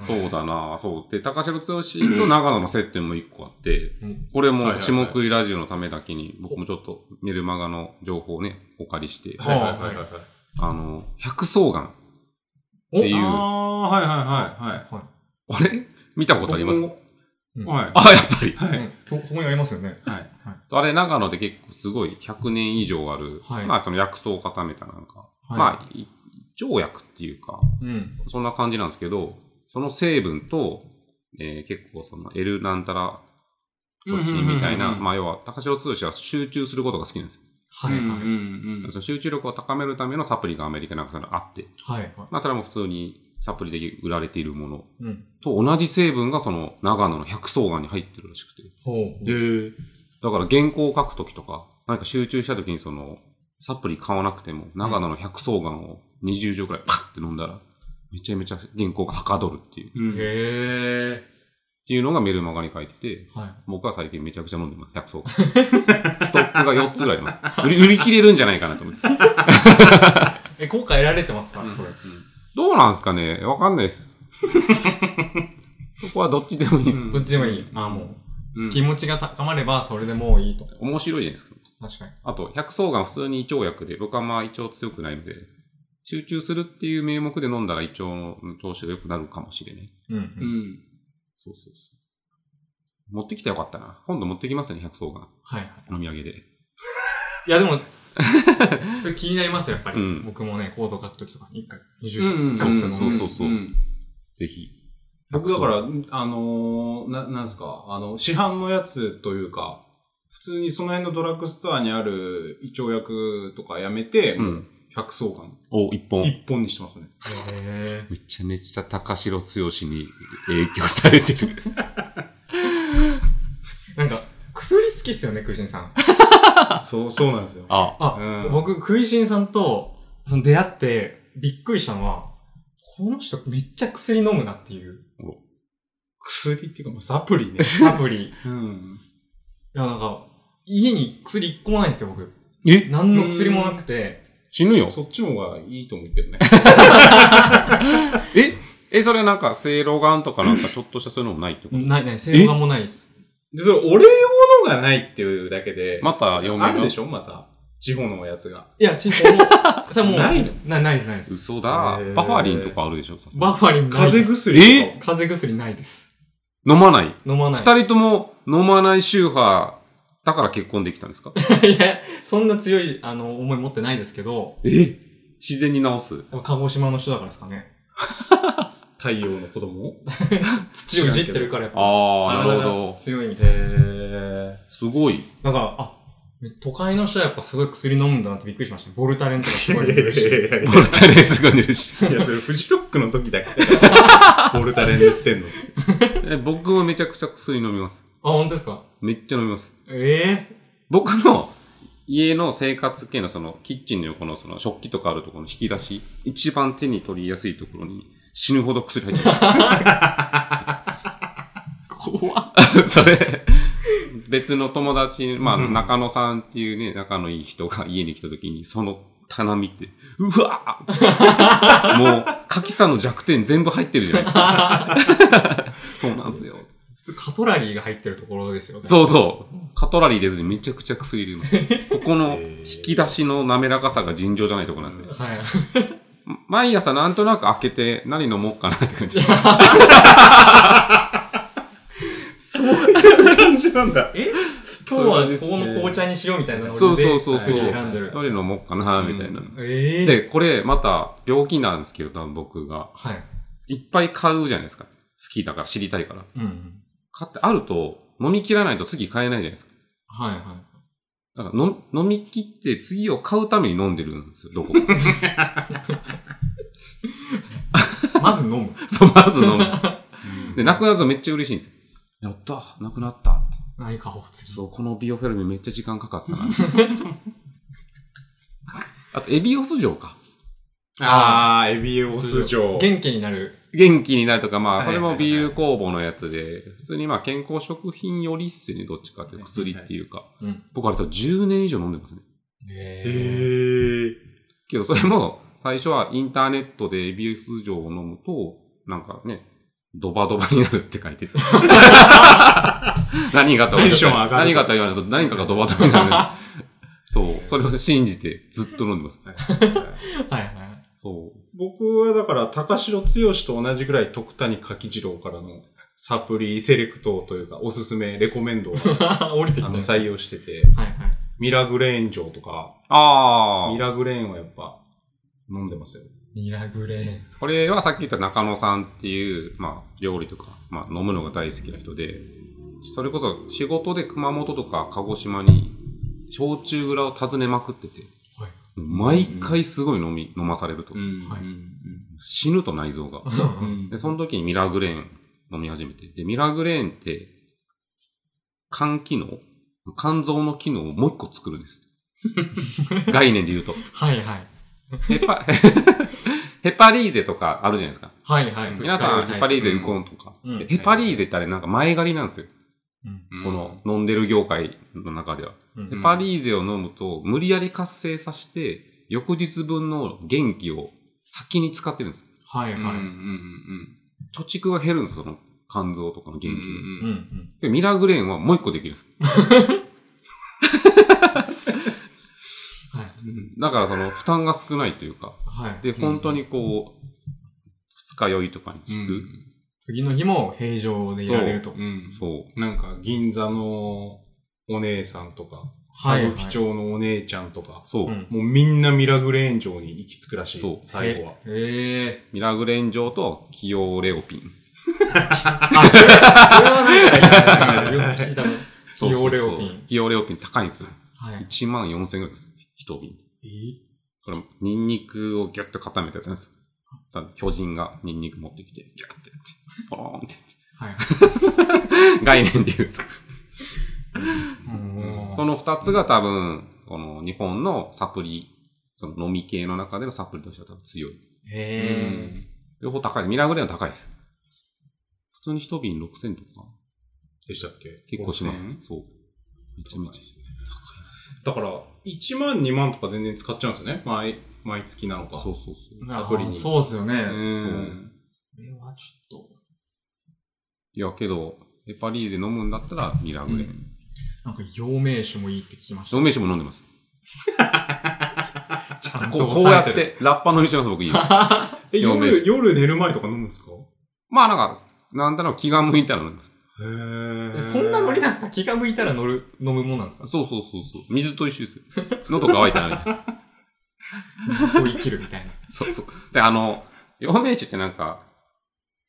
Speaker 3: そうだなそう。で、高城剛と長野の接点も一個あって、
Speaker 1: うん
Speaker 3: これ
Speaker 2: はいはい
Speaker 3: も
Speaker 2: はい
Speaker 3: 下食いラジオのためだけに、僕もちょっとメルマガの情報をね、お借りして、
Speaker 1: はいはいはいはい
Speaker 2: はい。
Speaker 3: あの、百草眼。
Speaker 1: お
Speaker 3: っていう
Speaker 2: ああ、はいはいはいはい。
Speaker 3: あれ見たことあります
Speaker 2: 僕も
Speaker 1: うん
Speaker 2: はい。
Speaker 3: あ、やっぱり。
Speaker 2: は
Speaker 1: う
Speaker 2: い。
Speaker 1: んそ、そこにありますよね。
Speaker 2: はい。
Speaker 3: あれ、長野で結構すごい100年以上ある、
Speaker 1: はい
Speaker 3: まあその薬草を固めたなんか、
Speaker 1: はい
Speaker 3: まあ、い胃腸薬っていうか、
Speaker 1: うん。
Speaker 3: そんな感じなんですけど、その成分と、えー結構その L なんたら土地みた
Speaker 2: うんうん
Speaker 3: い
Speaker 2: うん
Speaker 3: な、
Speaker 2: うん
Speaker 3: まあ要は、高城通信は集中することが好きなんですよ。
Speaker 1: はいはい。はい
Speaker 2: ん
Speaker 3: その集中力を高めるためのサプリがアメリカなんかそういうのあって、
Speaker 1: はい。
Speaker 3: まあそれも普通にサプリで売られているもの
Speaker 1: うん。
Speaker 3: と同じ成分がその長野の百草岩に入ってるらしくて。
Speaker 1: ほう。
Speaker 2: へー
Speaker 3: だから原稿を書くときとか、何か集中したときにその、サプリ買わなくても、長野の百草岩を20錠くらいパッて飲んだら、めちゃめちゃ原稿がはかどるっていう。っ
Speaker 2: うん
Speaker 1: へえ。
Speaker 3: ていうのがメルマガに書いてて、
Speaker 1: はい。
Speaker 3: 僕は最近めちゃくちゃ飲んでます、百草が。 ストックが4つぐらいあります。売り売り切れるんじゃないかなと思って。
Speaker 1: え、効果得られてますかそれ。
Speaker 3: どうなんすかねわかんないです。そこはどっちでもいいです。
Speaker 1: どっちでもいい。ああ、も
Speaker 2: う
Speaker 1: う。
Speaker 2: ん
Speaker 1: 気持ちが高まれば、それでもういいと。
Speaker 3: 面白いじゃないですか。
Speaker 1: 確かに。
Speaker 3: あと、百草が普通に胃腸薬で、僕はまあ胃腸強くないので、集中するっていう名目で飲んだら胃腸の調子が良くなるかもしれない。
Speaker 1: うんう。
Speaker 2: うんん。
Speaker 3: そうそうそう。持ってきたらよかったな。今度持ってきますね、百草が。
Speaker 1: はいはい。
Speaker 3: 飲み上げで。
Speaker 1: いやでも、それ気になりますよ、やっぱり。
Speaker 3: うん
Speaker 1: 僕もね、コード書くときとか、1回、
Speaker 2: う
Speaker 1: 20
Speaker 2: ん。
Speaker 1: 回、
Speaker 3: ん
Speaker 1: 書く
Speaker 3: そ
Speaker 1: の
Speaker 3: う
Speaker 1: も
Speaker 3: そうそうんぜひ。
Speaker 2: 僕だから、あのーな、なんですか、あの、市販のやつというか、普通にその辺のドラッグストアにある胃腸薬とかやめて、
Speaker 3: う。
Speaker 2: もうん100草間、
Speaker 3: お、一本。
Speaker 2: 一本にしてますね。
Speaker 1: へ
Speaker 3: めちゃめちゃ高城剛に影響されてる。
Speaker 1: ーなんか、薬好きっすよね、クイシンさん。
Speaker 2: そう、そうなんですよ。
Speaker 3: あ、
Speaker 1: あ、
Speaker 2: うん
Speaker 1: 僕、クイシンさんと、その出会って、びっくりしたのは、この人めっちゃ薬飲むなっていう。
Speaker 2: 薬っていうか、まあ、サプリね。
Speaker 1: サプリ。い
Speaker 2: うん。
Speaker 1: や、なんか、家に薬一個もないんですよ、僕。
Speaker 3: え
Speaker 1: 何の薬もなくて。
Speaker 3: 死ぬよ。
Speaker 2: そっちの方がいいと思うけどね。
Speaker 3: ええ、それなんか、正露丸とかなんか、ちょっとしたそういうのもないってこと
Speaker 1: ないない、性能もないです。
Speaker 2: で、それ、俺用のがないっていうだけで、
Speaker 3: また、嫁が。
Speaker 2: あるでしょまた。地方のやつが。
Speaker 1: いや、ちんぽも、それもう、
Speaker 2: ないの
Speaker 1: なないです、ないです。
Speaker 3: 嘘だ
Speaker 2: へ。ー
Speaker 3: バファリンとかあるでしょさすが
Speaker 1: バ
Speaker 3: に
Speaker 1: ファリンない
Speaker 2: 風
Speaker 1: です。
Speaker 2: 邪薬とか。
Speaker 1: 風邪薬ないです。
Speaker 3: 飲まない。
Speaker 1: 飲まない。
Speaker 3: 二人とも飲まない宗派、だから結婚できたんですか
Speaker 1: いや、そんな強い、あの、思い持ってないですけど、
Speaker 3: え自然に直す。
Speaker 1: やっぱ鹿児島の人だからですかね。
Speaker 2: 太陽の子供
Speaker 1: 土をいじってるからやっぱ。
Speaker 3: ああ、な
Speaker 1: 体
Speaker 3: る
Speaker 1: が
Speaker 3: ほど。
Speaker 1: 強いみたい。
Speaker 2: へー。
Speaker 3: すご い。
Speaker 1: だから、あ、都会の人はやっぱすごい薬飲むんだなってびっくりしました。ボルタレンとかすごい飲んでるし。
Speaker 2: いやいや
Speaker 3: ボルタレースが出るし。
Speaker 2: いや、それフジロックの時 だけ。ボルタレン塗ってんの。
Speaker 3: え僕もめちゃくちゃ薬飲みます。
Speaker 1: あ、本当ですか
Speaker 3: めっちゃ飲みます。
Speaker 1: え
Speaker 3: 僕の家の生活系のそのキッチンの横のその食器とかあるところの引き出し、一番手に取りやすいところに死ぬほど薬入ってます。怖 それ、別の友達、まあ
Speaker 2: うん
Speaker 3: 中野さんっていうね、仲のいい人が家に来た時に、その棚見て、うわ ーもう、かきさんの弱点全部入ってるじゃないですか。 そうなんですよ。
Speaker 1: え普通カトラリーが入ってるところですよね。
Speaker 3: そうそう。カトラリー入れずにめちゃくちゃ薬入れます。ここの
Speaker 2: へー
Speaker 3: 引き出しの滑らかさが尋常じゃないとこなんで。
Speaker 1: はい。
Speaker 3: 毎朝なんとなく開けて何飲もうかなって感じです。
Speaker 2: そういう感じなんだ。
Speaker 1: え今
Speaker 3: そういう感
Speaker 1: 日
Speaker 3: じで
Speaker 1: は
Speaker 3: す
Speaker 1: こ
Speaker 3: ね
Speaker 1: この紅茶にしようみたいな
Speaker 3: そ
Speaker 1: ノ
Speaker 3: う
Speaker 1: リ
Speaker 3: そ
Speaker 1: で
Speaker 3: うそうそう。
Speaker 1: 薬選んでる。
Speaker 3: どれ飲もうかなみたいな。
Speaker 1: ええ
Speaker 3: で、これまた病気なんですけど、多分僕が。
Speaker 1: はい。
Speaker 3: いっぱい買うじゃないですか。好きだから知りたいから。
Speaker 1: うん。
Speaker 3: 買ってあると飲み切らないと次買えないじゃないですか。
Speaker 1: はいは
Speaker 3: だからの飲み切って次を買うために飲んでるんですよ、どこ か。
Speaker 1: い。まず飲む。
Speaker 3: そう、まず飲 む。で、なくなるとめっちゃ嬉しいんですよ。やったなくなったって。
Speaker 1: 何かお次。
Speaker 3: そう、このビオフェルムめっちゃ時間かかっ たな。あと、エビオス城か。
Speaker 2: あー、エビオス城。
Speaker 1: 元気になる。
Speaker 3: 元気になるとか、まあ、
Speaker 2: はい
Speaker 3: そ
Speaker 2: はい
Speaker 3: れ
Speaker 2: はい
Speaker 3: もビール工房のやつで、普通にまあ、健康食品よりっすね、どっちかっていうと薬っていうか。
Speaker 1: うん。
Speaker 3: 僕、あれと10年以上飲んでますね。
Speaker 1: え
Speaker 2: へー。
Speaker 3: けど、それも、最初はインターネットでエビオス城を飲むと、なんかね、ドバドバになるって書 いてた。何がとは言わない
Speaker 2: テンション上がる
Speaker 3: 何がとは言わないと、何かがドバドバになる。 そう。それを信じてずっと飲んでます。
Speaker 1: はいはい。
Speaker 3: そう。
Speaker 2: 僕はだから、高城剛と同じぐらい徳谷柿次郎からのサプリセレクトというか、おすすめ、レコメン ドを
Speaker 1: 降りてき
Speaker 2: あ
Speaker 1: たね。
Speaker 2: の 採用してて、
Speaker 1: はいはい。
Speaker 2: ミラグレーン城とか、
Speaker 3: あ
Speaker 2: ミ
Speaker 3: あ。
Speaker 2: ラグレーンはやっぱ飲んでますよ。
Speaker 1: ニラグレーン。
Speaker 3: これはさっき言った中野さんっていう、まあ、料理とか、まあ、飲むのが大好きな人で、それこそ仕事で熊本とか鹿児島に、焼酎蔵を訪ねまくってて、
Speaker 1: はい
Speaker 3: もう毎回すごい飲み、飲まされると。
Speaker 2: ん
Speaker 1: はい
Speaker 3: 死ぬと内臓 が。で、その時にミラグレーン飲み始めて。で、ミラグレーンって、肝機能肝臓の機能をもう一個作るん です。概念で言うと。
Speaker 1: はいはい。
Speaker 3: ヘパ、 ヘパリーゼとかあるじゃないですか。
Speaker 1: はいはい。
Speaker 3: 皆さん、ヘパリーゼウコンとか。
Speaker 1: うん
Speaker 3: でヘパリーゼってあれなんか前借りなんですよ。
Speaker 1: うん
Speaker 3: この飲んでる業界の中では。
Speaker 1: うん
Speaker 3: ヘパリーゼを飲むと、無理やり活性させて、翌日分の元気を先に使ってるんです。
Speaker 1: はいはい。
Speaker 3: 貯蓄が減るんですよ、その肝臓とかの元気
Speaker 1: う
Speaker 3: で。
Speaker 1: んうん。
Speaker 3: で、ミラーグレーンはもう一個できるんです。
Speaker 1: はい。うん
Speaker 3: だからその負担が少ないというか、
Speaker 1: はい。
Speaker 3: で、本当にこう、二日酔いとかに効く。
Speaker 1: 次の日も平常でいられると。
Speaker 2: うん。うん。
Speaker 3: そう。
Speaker 2: なんか、銀座のお姉さんとか、
Speaker 1: は
Speaker 2: 歌
Speaker 1: い
Speaker 2: 舞伎町のお姉ちゃんとか、
Speaker 3: そう。
Speaker 1: うん
Speaker 2: もうみんなミラグレーン城に行き着くらしい。
Speaker 3: そう
Speaker 2: 最後は。
Speaker 1: ええ
Speaker 3: ミラグレン城とキオレオピン。
Speaker 1: ー。それはなんか、よく聞いたの。
Speaker 3: そうそうそう
Speaker 1: キオレオピン。
Speaker 3: キオレオピン高いんですよ。
Speaker 1: はい。
Speaker 3: 1万4千円ぐらいです。一瓶。
Speaker 1: え
Speaker 3: これ、ニンニクをギュッと固めたやつなんですよ。ただ巨人がニンニク持ってきて、ギュッてやって、ポローンって
Speaker 1: はい。
Speaker 3: やって。概念で言うと。
Speaker 1: うん
Speaker 3: その二つが多分、この日本のサプリ、その飲み系の中でのサプリとしては多分強い。
Speaker 1: へえ。
Speaker 3: 両方高い。ミラグレンは高いです。普通に一瓶6000とか、
Speaker 2: でしたっけ
Speaker 3: 結構します
Speaker 2: 5000。
Speaker 3: そう。めちゃめちゃ。
Speaker 2: だから、1万、2万とか全然使っちゃうんですよね。毎、毎月なのか。
Speaker 3: そうそうそう。
Speaker 2: サプリに
Speaker 1: あーそうですよね。
Speaker 2: うん。
Speaker 1: これはちょっと、
Speaker 3: いや、けど、ヘパリーゼ飲むんだったらミラグレン。
Speaker 1: なんか、陽明酒もいいって聞きました。
Speaker 3: 飲め酒も飲んでます。
Speaker 1: ちゃん
Speaker 3: ことうこうや
Speaker 1: 抑
Speaker 3: っ
Speaker 1: える。
Speaker 3: て、ラッパ飲みしてます、僕今。
Speaker 2: え、
Speaker 3: 陽明酒
Speaker 2: 夜、夜寝る前とか飲むんですか
Speaker 3: まあなんか、なんとなく気が向いたら飲みます。
Speaker 2: へー
Speaker 1: えそんなノリなんですか気が向いたら乗る、飲むもんなん ですか
Speaker 3: そうそうそうそう。水と一緒ですよ。喉乾いたらね。
Speaker 1: そう生きるみたいな。
Speaker 3: そうそう。で、あの、陽明酒ってなんか、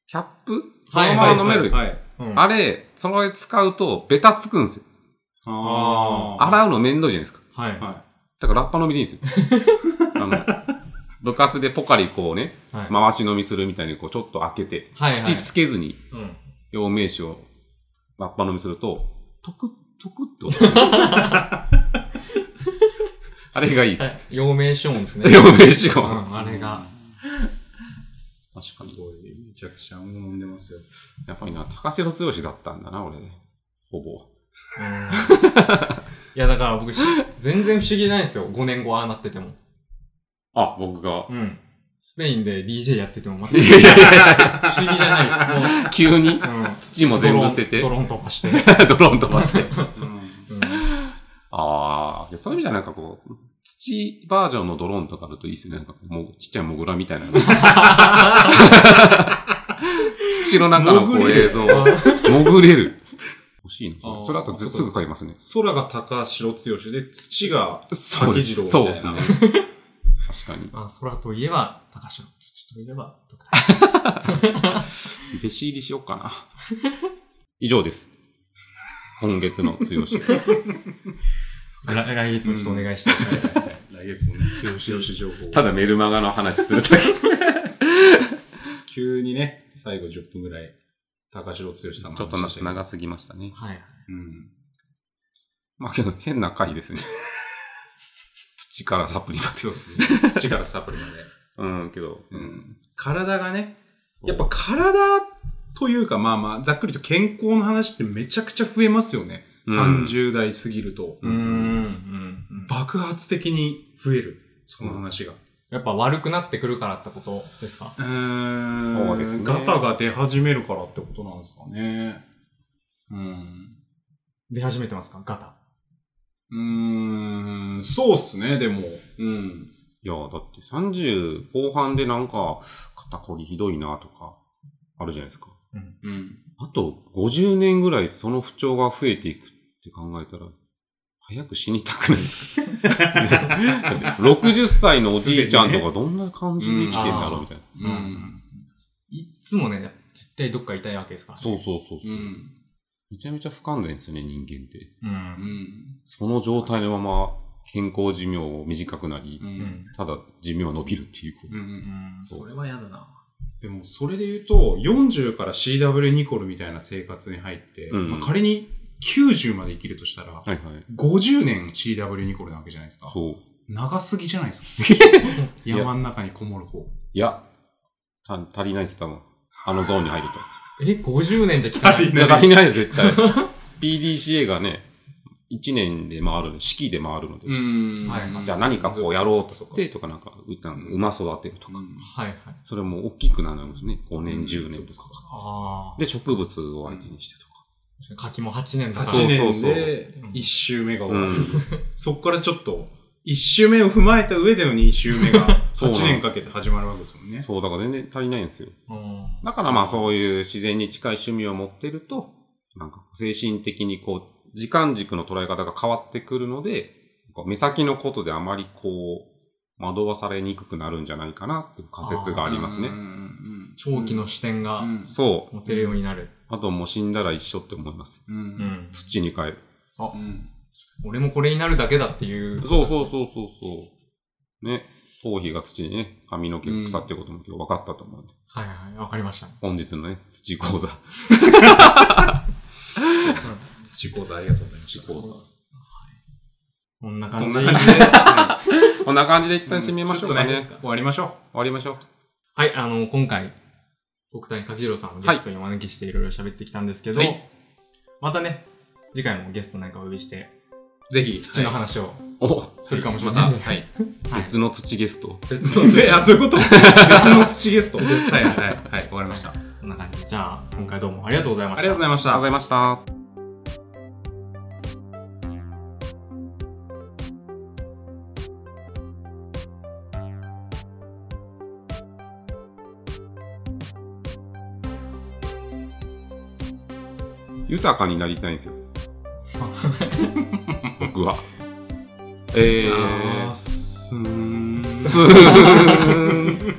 Speaker 3: キャップそ
Speaker 1: はい
Speaker 3: の
Speaker 2: は
Speaker 3: ま
Speaker 2: い
Speaker 3: ま飲める。
Speaker 2: はい。
Speaker 1: うん
Speaker 3: あれ、そのれ使うと、ベタつくんですよ。
Speaker 2: あー。
Speaker 3: 洗うのめんどいじゃないですか。
Speaker 1: はい。
Speaker 2: は
Speaker 3: だからラッパ飲みでいいんで すよ。あの、部活でポカリこうね、
Speaker 1: はい。
Speaker 3: 回し飲みするみたいにこうちょっと開けて、
Speaker 1: はいはい
Speaker 3: 口つけずに
Speaker 1: うん。
Speaker 3: 陽明酒をラッパ飲みすると、トクッ、トクッって音がする あれがいいっす。
Speaker 1: はい陽明酒音ですね。
Speaker 3: 陽明酒
Speaker 1: う
Speaker 3: を。
Speaker 1: ん、あれが。
Speaker 3: 確か
Speaker 2: い。す
Speaker 3: に。
Speaker 2: ごい、めちゃくちゃ飲んでますよ。
Speaker 3: やっぱりな、高城剛だったんだな、俺。ほぼ。
Speaker 1: うんいや、だから僕し、全然不思議じゃないですよ。5年後ああなってても。
Speaker 3: あ、僕が。
Speaker 1: うん。スペインで DJ やってても全
Speaker 3: い
Speaker 1: く
Speaker 3: やい
Speaker 1: 不思
Speaker 3: や
Speaker 1: 議
Speaker 3: い
Speaker 1: じ
Speaker 3: やい
Speaker 1: ゃない
Speaker 3: や急に
Speaker 1: で す。もう、うん。
Speaker 3: 土も全部捨てて
Speaker 1: ド、ローンドローン飛ばして。
Speaker 3: ドローン飛ばして。
Speaker 1: うん
Speaker 3: ああ、そういう意味じゃなんかこう、土バージョンのドローンとかあるといいっすね。なんかもうちっちゃいモグラみたいな。土の中のこう
Speaker 2: 潜れる
Speaker 3: 映像を 潜れる。欲しい
Speaker 2: あ
Speaker 3: な。
Speaker 2: ー
Speaker 3: それだとずすぐ買いますね。
Speaker 2: 空が高城剛で、土が
Speaker 3: そう
Speaker 2: 秋次郎みたい
Speaker 3: そう
Speaker 2: な。
Speaker 3: ですね。確かに。
Speaker 1: まあ、空といえば、高橋土といえば、ドクタ
Speaker 3: 弟子入りしようかな。 以上です。今月 の強し。
Speaker 1: ー。来来月もちょっとお願いして。
Speaker 2: 来月もね、強しよし情報。
Speaker 3: ただメルマガの話する だけ。
Speaker 2: 急にね、最後10分ぐらい、高城剛さんの
Speaker 3: ちょっと
Speaker 2: 話でしたけど
Speaker 3: 長すぎましたね。
Speaker 1: はい。
Speaker 2: うん。
Speaker 3: まあけど変な回ですね。土からサプリまで。
Speaker 2: そうですね。土からサプリまで。
Speaker 3: うん、けど。
Speaker 2: うん。体がね、やっぱ体というか、まあまあ、ざっくりと健康の話ってめちゃくちゃ増えますよね。
Speaker 3: うん
Speaker 2: 30代過ぎると、
Speaker 1: うーん、うん。うん
Speaker 2: 爆発的に増える。その話が。
Speaker 1: やっぱ悪くなってくるからってことですか
Speaker 2: うーん。
Speaker 3: そうですね
Speaker 2: ガタが出始めるからってことなんですかね。うん。
Speaker 1: 出始めてますかガタ。
Speaker 2: うーん、そうっすね、でも。うん。
Speaker 3: いや、だって30後半でなんか、肩こりひどいなとか、あるじゃないですか。
Speaker 2: うん。
Speaker 3: あと50年ぐらいその不調が増えていくって考えたら、早く死にたくないですかだって60歳のおじいちゃんとかどんな感じで生きてんだろうみたいな。
Speaker 2: う。
Speaker 1: うんいっつもね、絶対どっか痛いわけですから。
Speaker 3: そうそうそうそうう、
Speaker 2: ん。
Speaker 3: めちゃめちゃ不完全ですよね、人間って。
Speaker 1: う。
Speaker 2: うんん。
Speaker 3: その状態のまま健康寿命を短くなり、
Speaker 2: う。
Speaker 1: うんん。
Speaker 3: ただ寿命は伸びるっていうこと。
Speaker 2: うん
Speaker 1: うん。それは嫌だな。
Speaker 2: でも、それで言うと、40から CW ニコルみたいな生活に入って、
Speaker 3: うん
Speaker 2: まあ、仮に90まで生きるとしたら、
Speaker 3: はいはい。
Speaker 2: 50年 CW ニコルなわけじゃないですか。
Speaker 3: そう。
Speaker 2: 長すぎじゃないですか。
Speaker 3: や
Speaker 2: 山の中にこもる方。
Speaker 3: いや、た足りないです、多分。あのゾーンに入ると。
Speaker 1: え、50年じゃ効かない
Speaker 2: 足
Speaker 3: い
Speaker 2: りな
Speaker 3: や、
Speaker 2: い
Speaker 3: 足りないです、絶対。PDCA がね、1年で回るの、四季で回るので。
Speaker 2: ん
Speaker 1: はいはい
Speaker 3: じゃあ何かこうやろうっつっ
Speaker 2: う
Speaker 3: て、とかなんか、歌、馬育てるとか。
Speaker 2: ん
Speaker 1: はいはい。
Speaker 3: それも大きくなるんですね。5
Speaker 2: うん
Speaker 3: 年、10年と
Speaker 2: そう
Speaker 3: か。
Speaker 2: か
Speaker 1: ああ。
Speaker 3: で、植物を相手にしてとか。
Speaker 1: 柿も8年だから。
Speaker 2: 8
Speaker 3: そう
Speaker 2: 年で1周目が終わる。
Speaker 3: うん
Speaker 2: そっからちょっと一周目を踏まえた上での二周目が
Speaker 3: そう
Speaker 2: 8
Speaker 3: なんです
Speaker 2: 年かけて始まるわけですもんね。
Speaker 3: そう、だから全然足りないんですよ。
Speaker 1: うん。
Speaker 3: だからまあそういう自然に近い趣味を持ってると、なんか精神的にこう、時間軸の捉え方が変わってくるので、なんか目先のことであまりこう、惑わされにくくなるんじゃないかなっていう仮説がありますね
Speaker 2: うん。うんうん
Speaker 1: 長期の視点が
Speaker 2: うん
Speaker 3: そう。
Speaker 1: 持てるようになる。
Speaker 3: あともう死んだら一緒って思います。
Speaker 2: うん
Speaker 1: う。ん。
Speaker 3: 土に帰る。
Speaker 2: うん
Speaker 1: 俺もこれになるだけだっていう。
Speaker 3: そうそうそうそうそう。ね。頭皮が土にね、髪の毛が腐ってことも今日分かったと思うんで。
Speaker 1: はいはい、わかりました。
Speaker 3: 本日のね、土講 座。
Speaker 2: 土講座ありがとうございま
Speaker 3: 土
Speaker 2: した。
Speaker 3: 講座。
Speaker 1: そんな感じ。
Speaker 2: そん な感じ
Speaker 1: は
Speaker 3: こんな感じで一旦締めましょう か
Speaker 2: ち
Speaker 3: ね。
Speaker 2: っと終わりましょ
Speaker 3: 終わりましょう。
Speaker 1: い、あの、今回、僕谷柿次郎さんをゲストにお招きしていろいろ喋ってきたんですけど、
Speaker 2: はい
Speaker 1: またね、次回もゲストなんかお呼びして、
Speaker 2: う。ぜひ、
Speaker 1: 土の
Speaker 2: はい
Speaker 1: 話を
Speaker 3: お、
Speaker 1: するかもしれ
Speaker 2: ま
Speaker 1: な
Speaker 2: た、
Speaker 1: い。
Speaker 2: はい。
Speaker 1: はい
Speaker 3: 別の土ゲスト。
Speaker 1: 別の
Speaker 2: あ、そういうこと 別の土ゲスト。はいはいはい。はい、わかりました。あり
Speaker 1: こんな感じで。じゃあ、今回どうもありがとうございま
Speaker 2: が
Speaker 1: し
Speaker 2: とう
Speaker 1: た
Speaker 2: ご。ざいまし
Speaker 3: ありがとう
Speaker 2: た
Speaker 3: ござ。いました。豊かになりたいんですよ。僕は。え
Speaker 2: あー
Speaker 3: ー、
Speaker 2: すーん。
Speaker 3: すーん。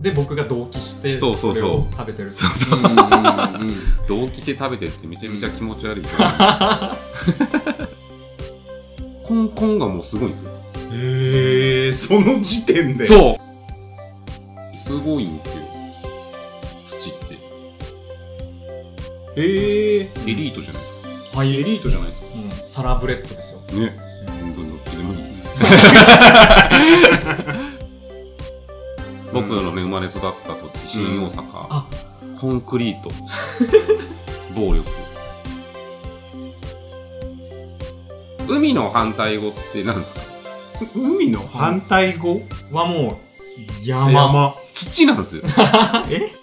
Speaker 1: で、僕が同期して、
Speaker 3: そうそうそう
Speaker 1: れを食べてる。
Speaker 3: そうそう。
Speaker 2: うんうんうん
Speaker 3: 同期して食べてるってめちゃめちゃ気持ち悪い。コンコンがもうすごいんですよ。
Speaker 2: へえ、その時点で。う。
Speaker 3: そうすごいんですよ。土って。
Speaker 2: へえ。
Speaker 3: エリートじゃないです
Speaker 1: ハイ
Speaker 2: エ
Speaker 1: エリ
Speaker 2: リートじゃないですか。
Speaker 1: うん、サラブレッドですよ。
Speaker 3: か。ね。本当にどっちでもいい。 僕のね、生まれ育った土地、新大阪、
Speaker 1: あ
Speaker 3: コンクリート、暴力。海の反対語って何ですか
Speaker 2: 海の反対語
Speaker 1: はもう、山。
Speaker 2: 山。
Speaker 3: 土なんですよ。
Speaker 1: え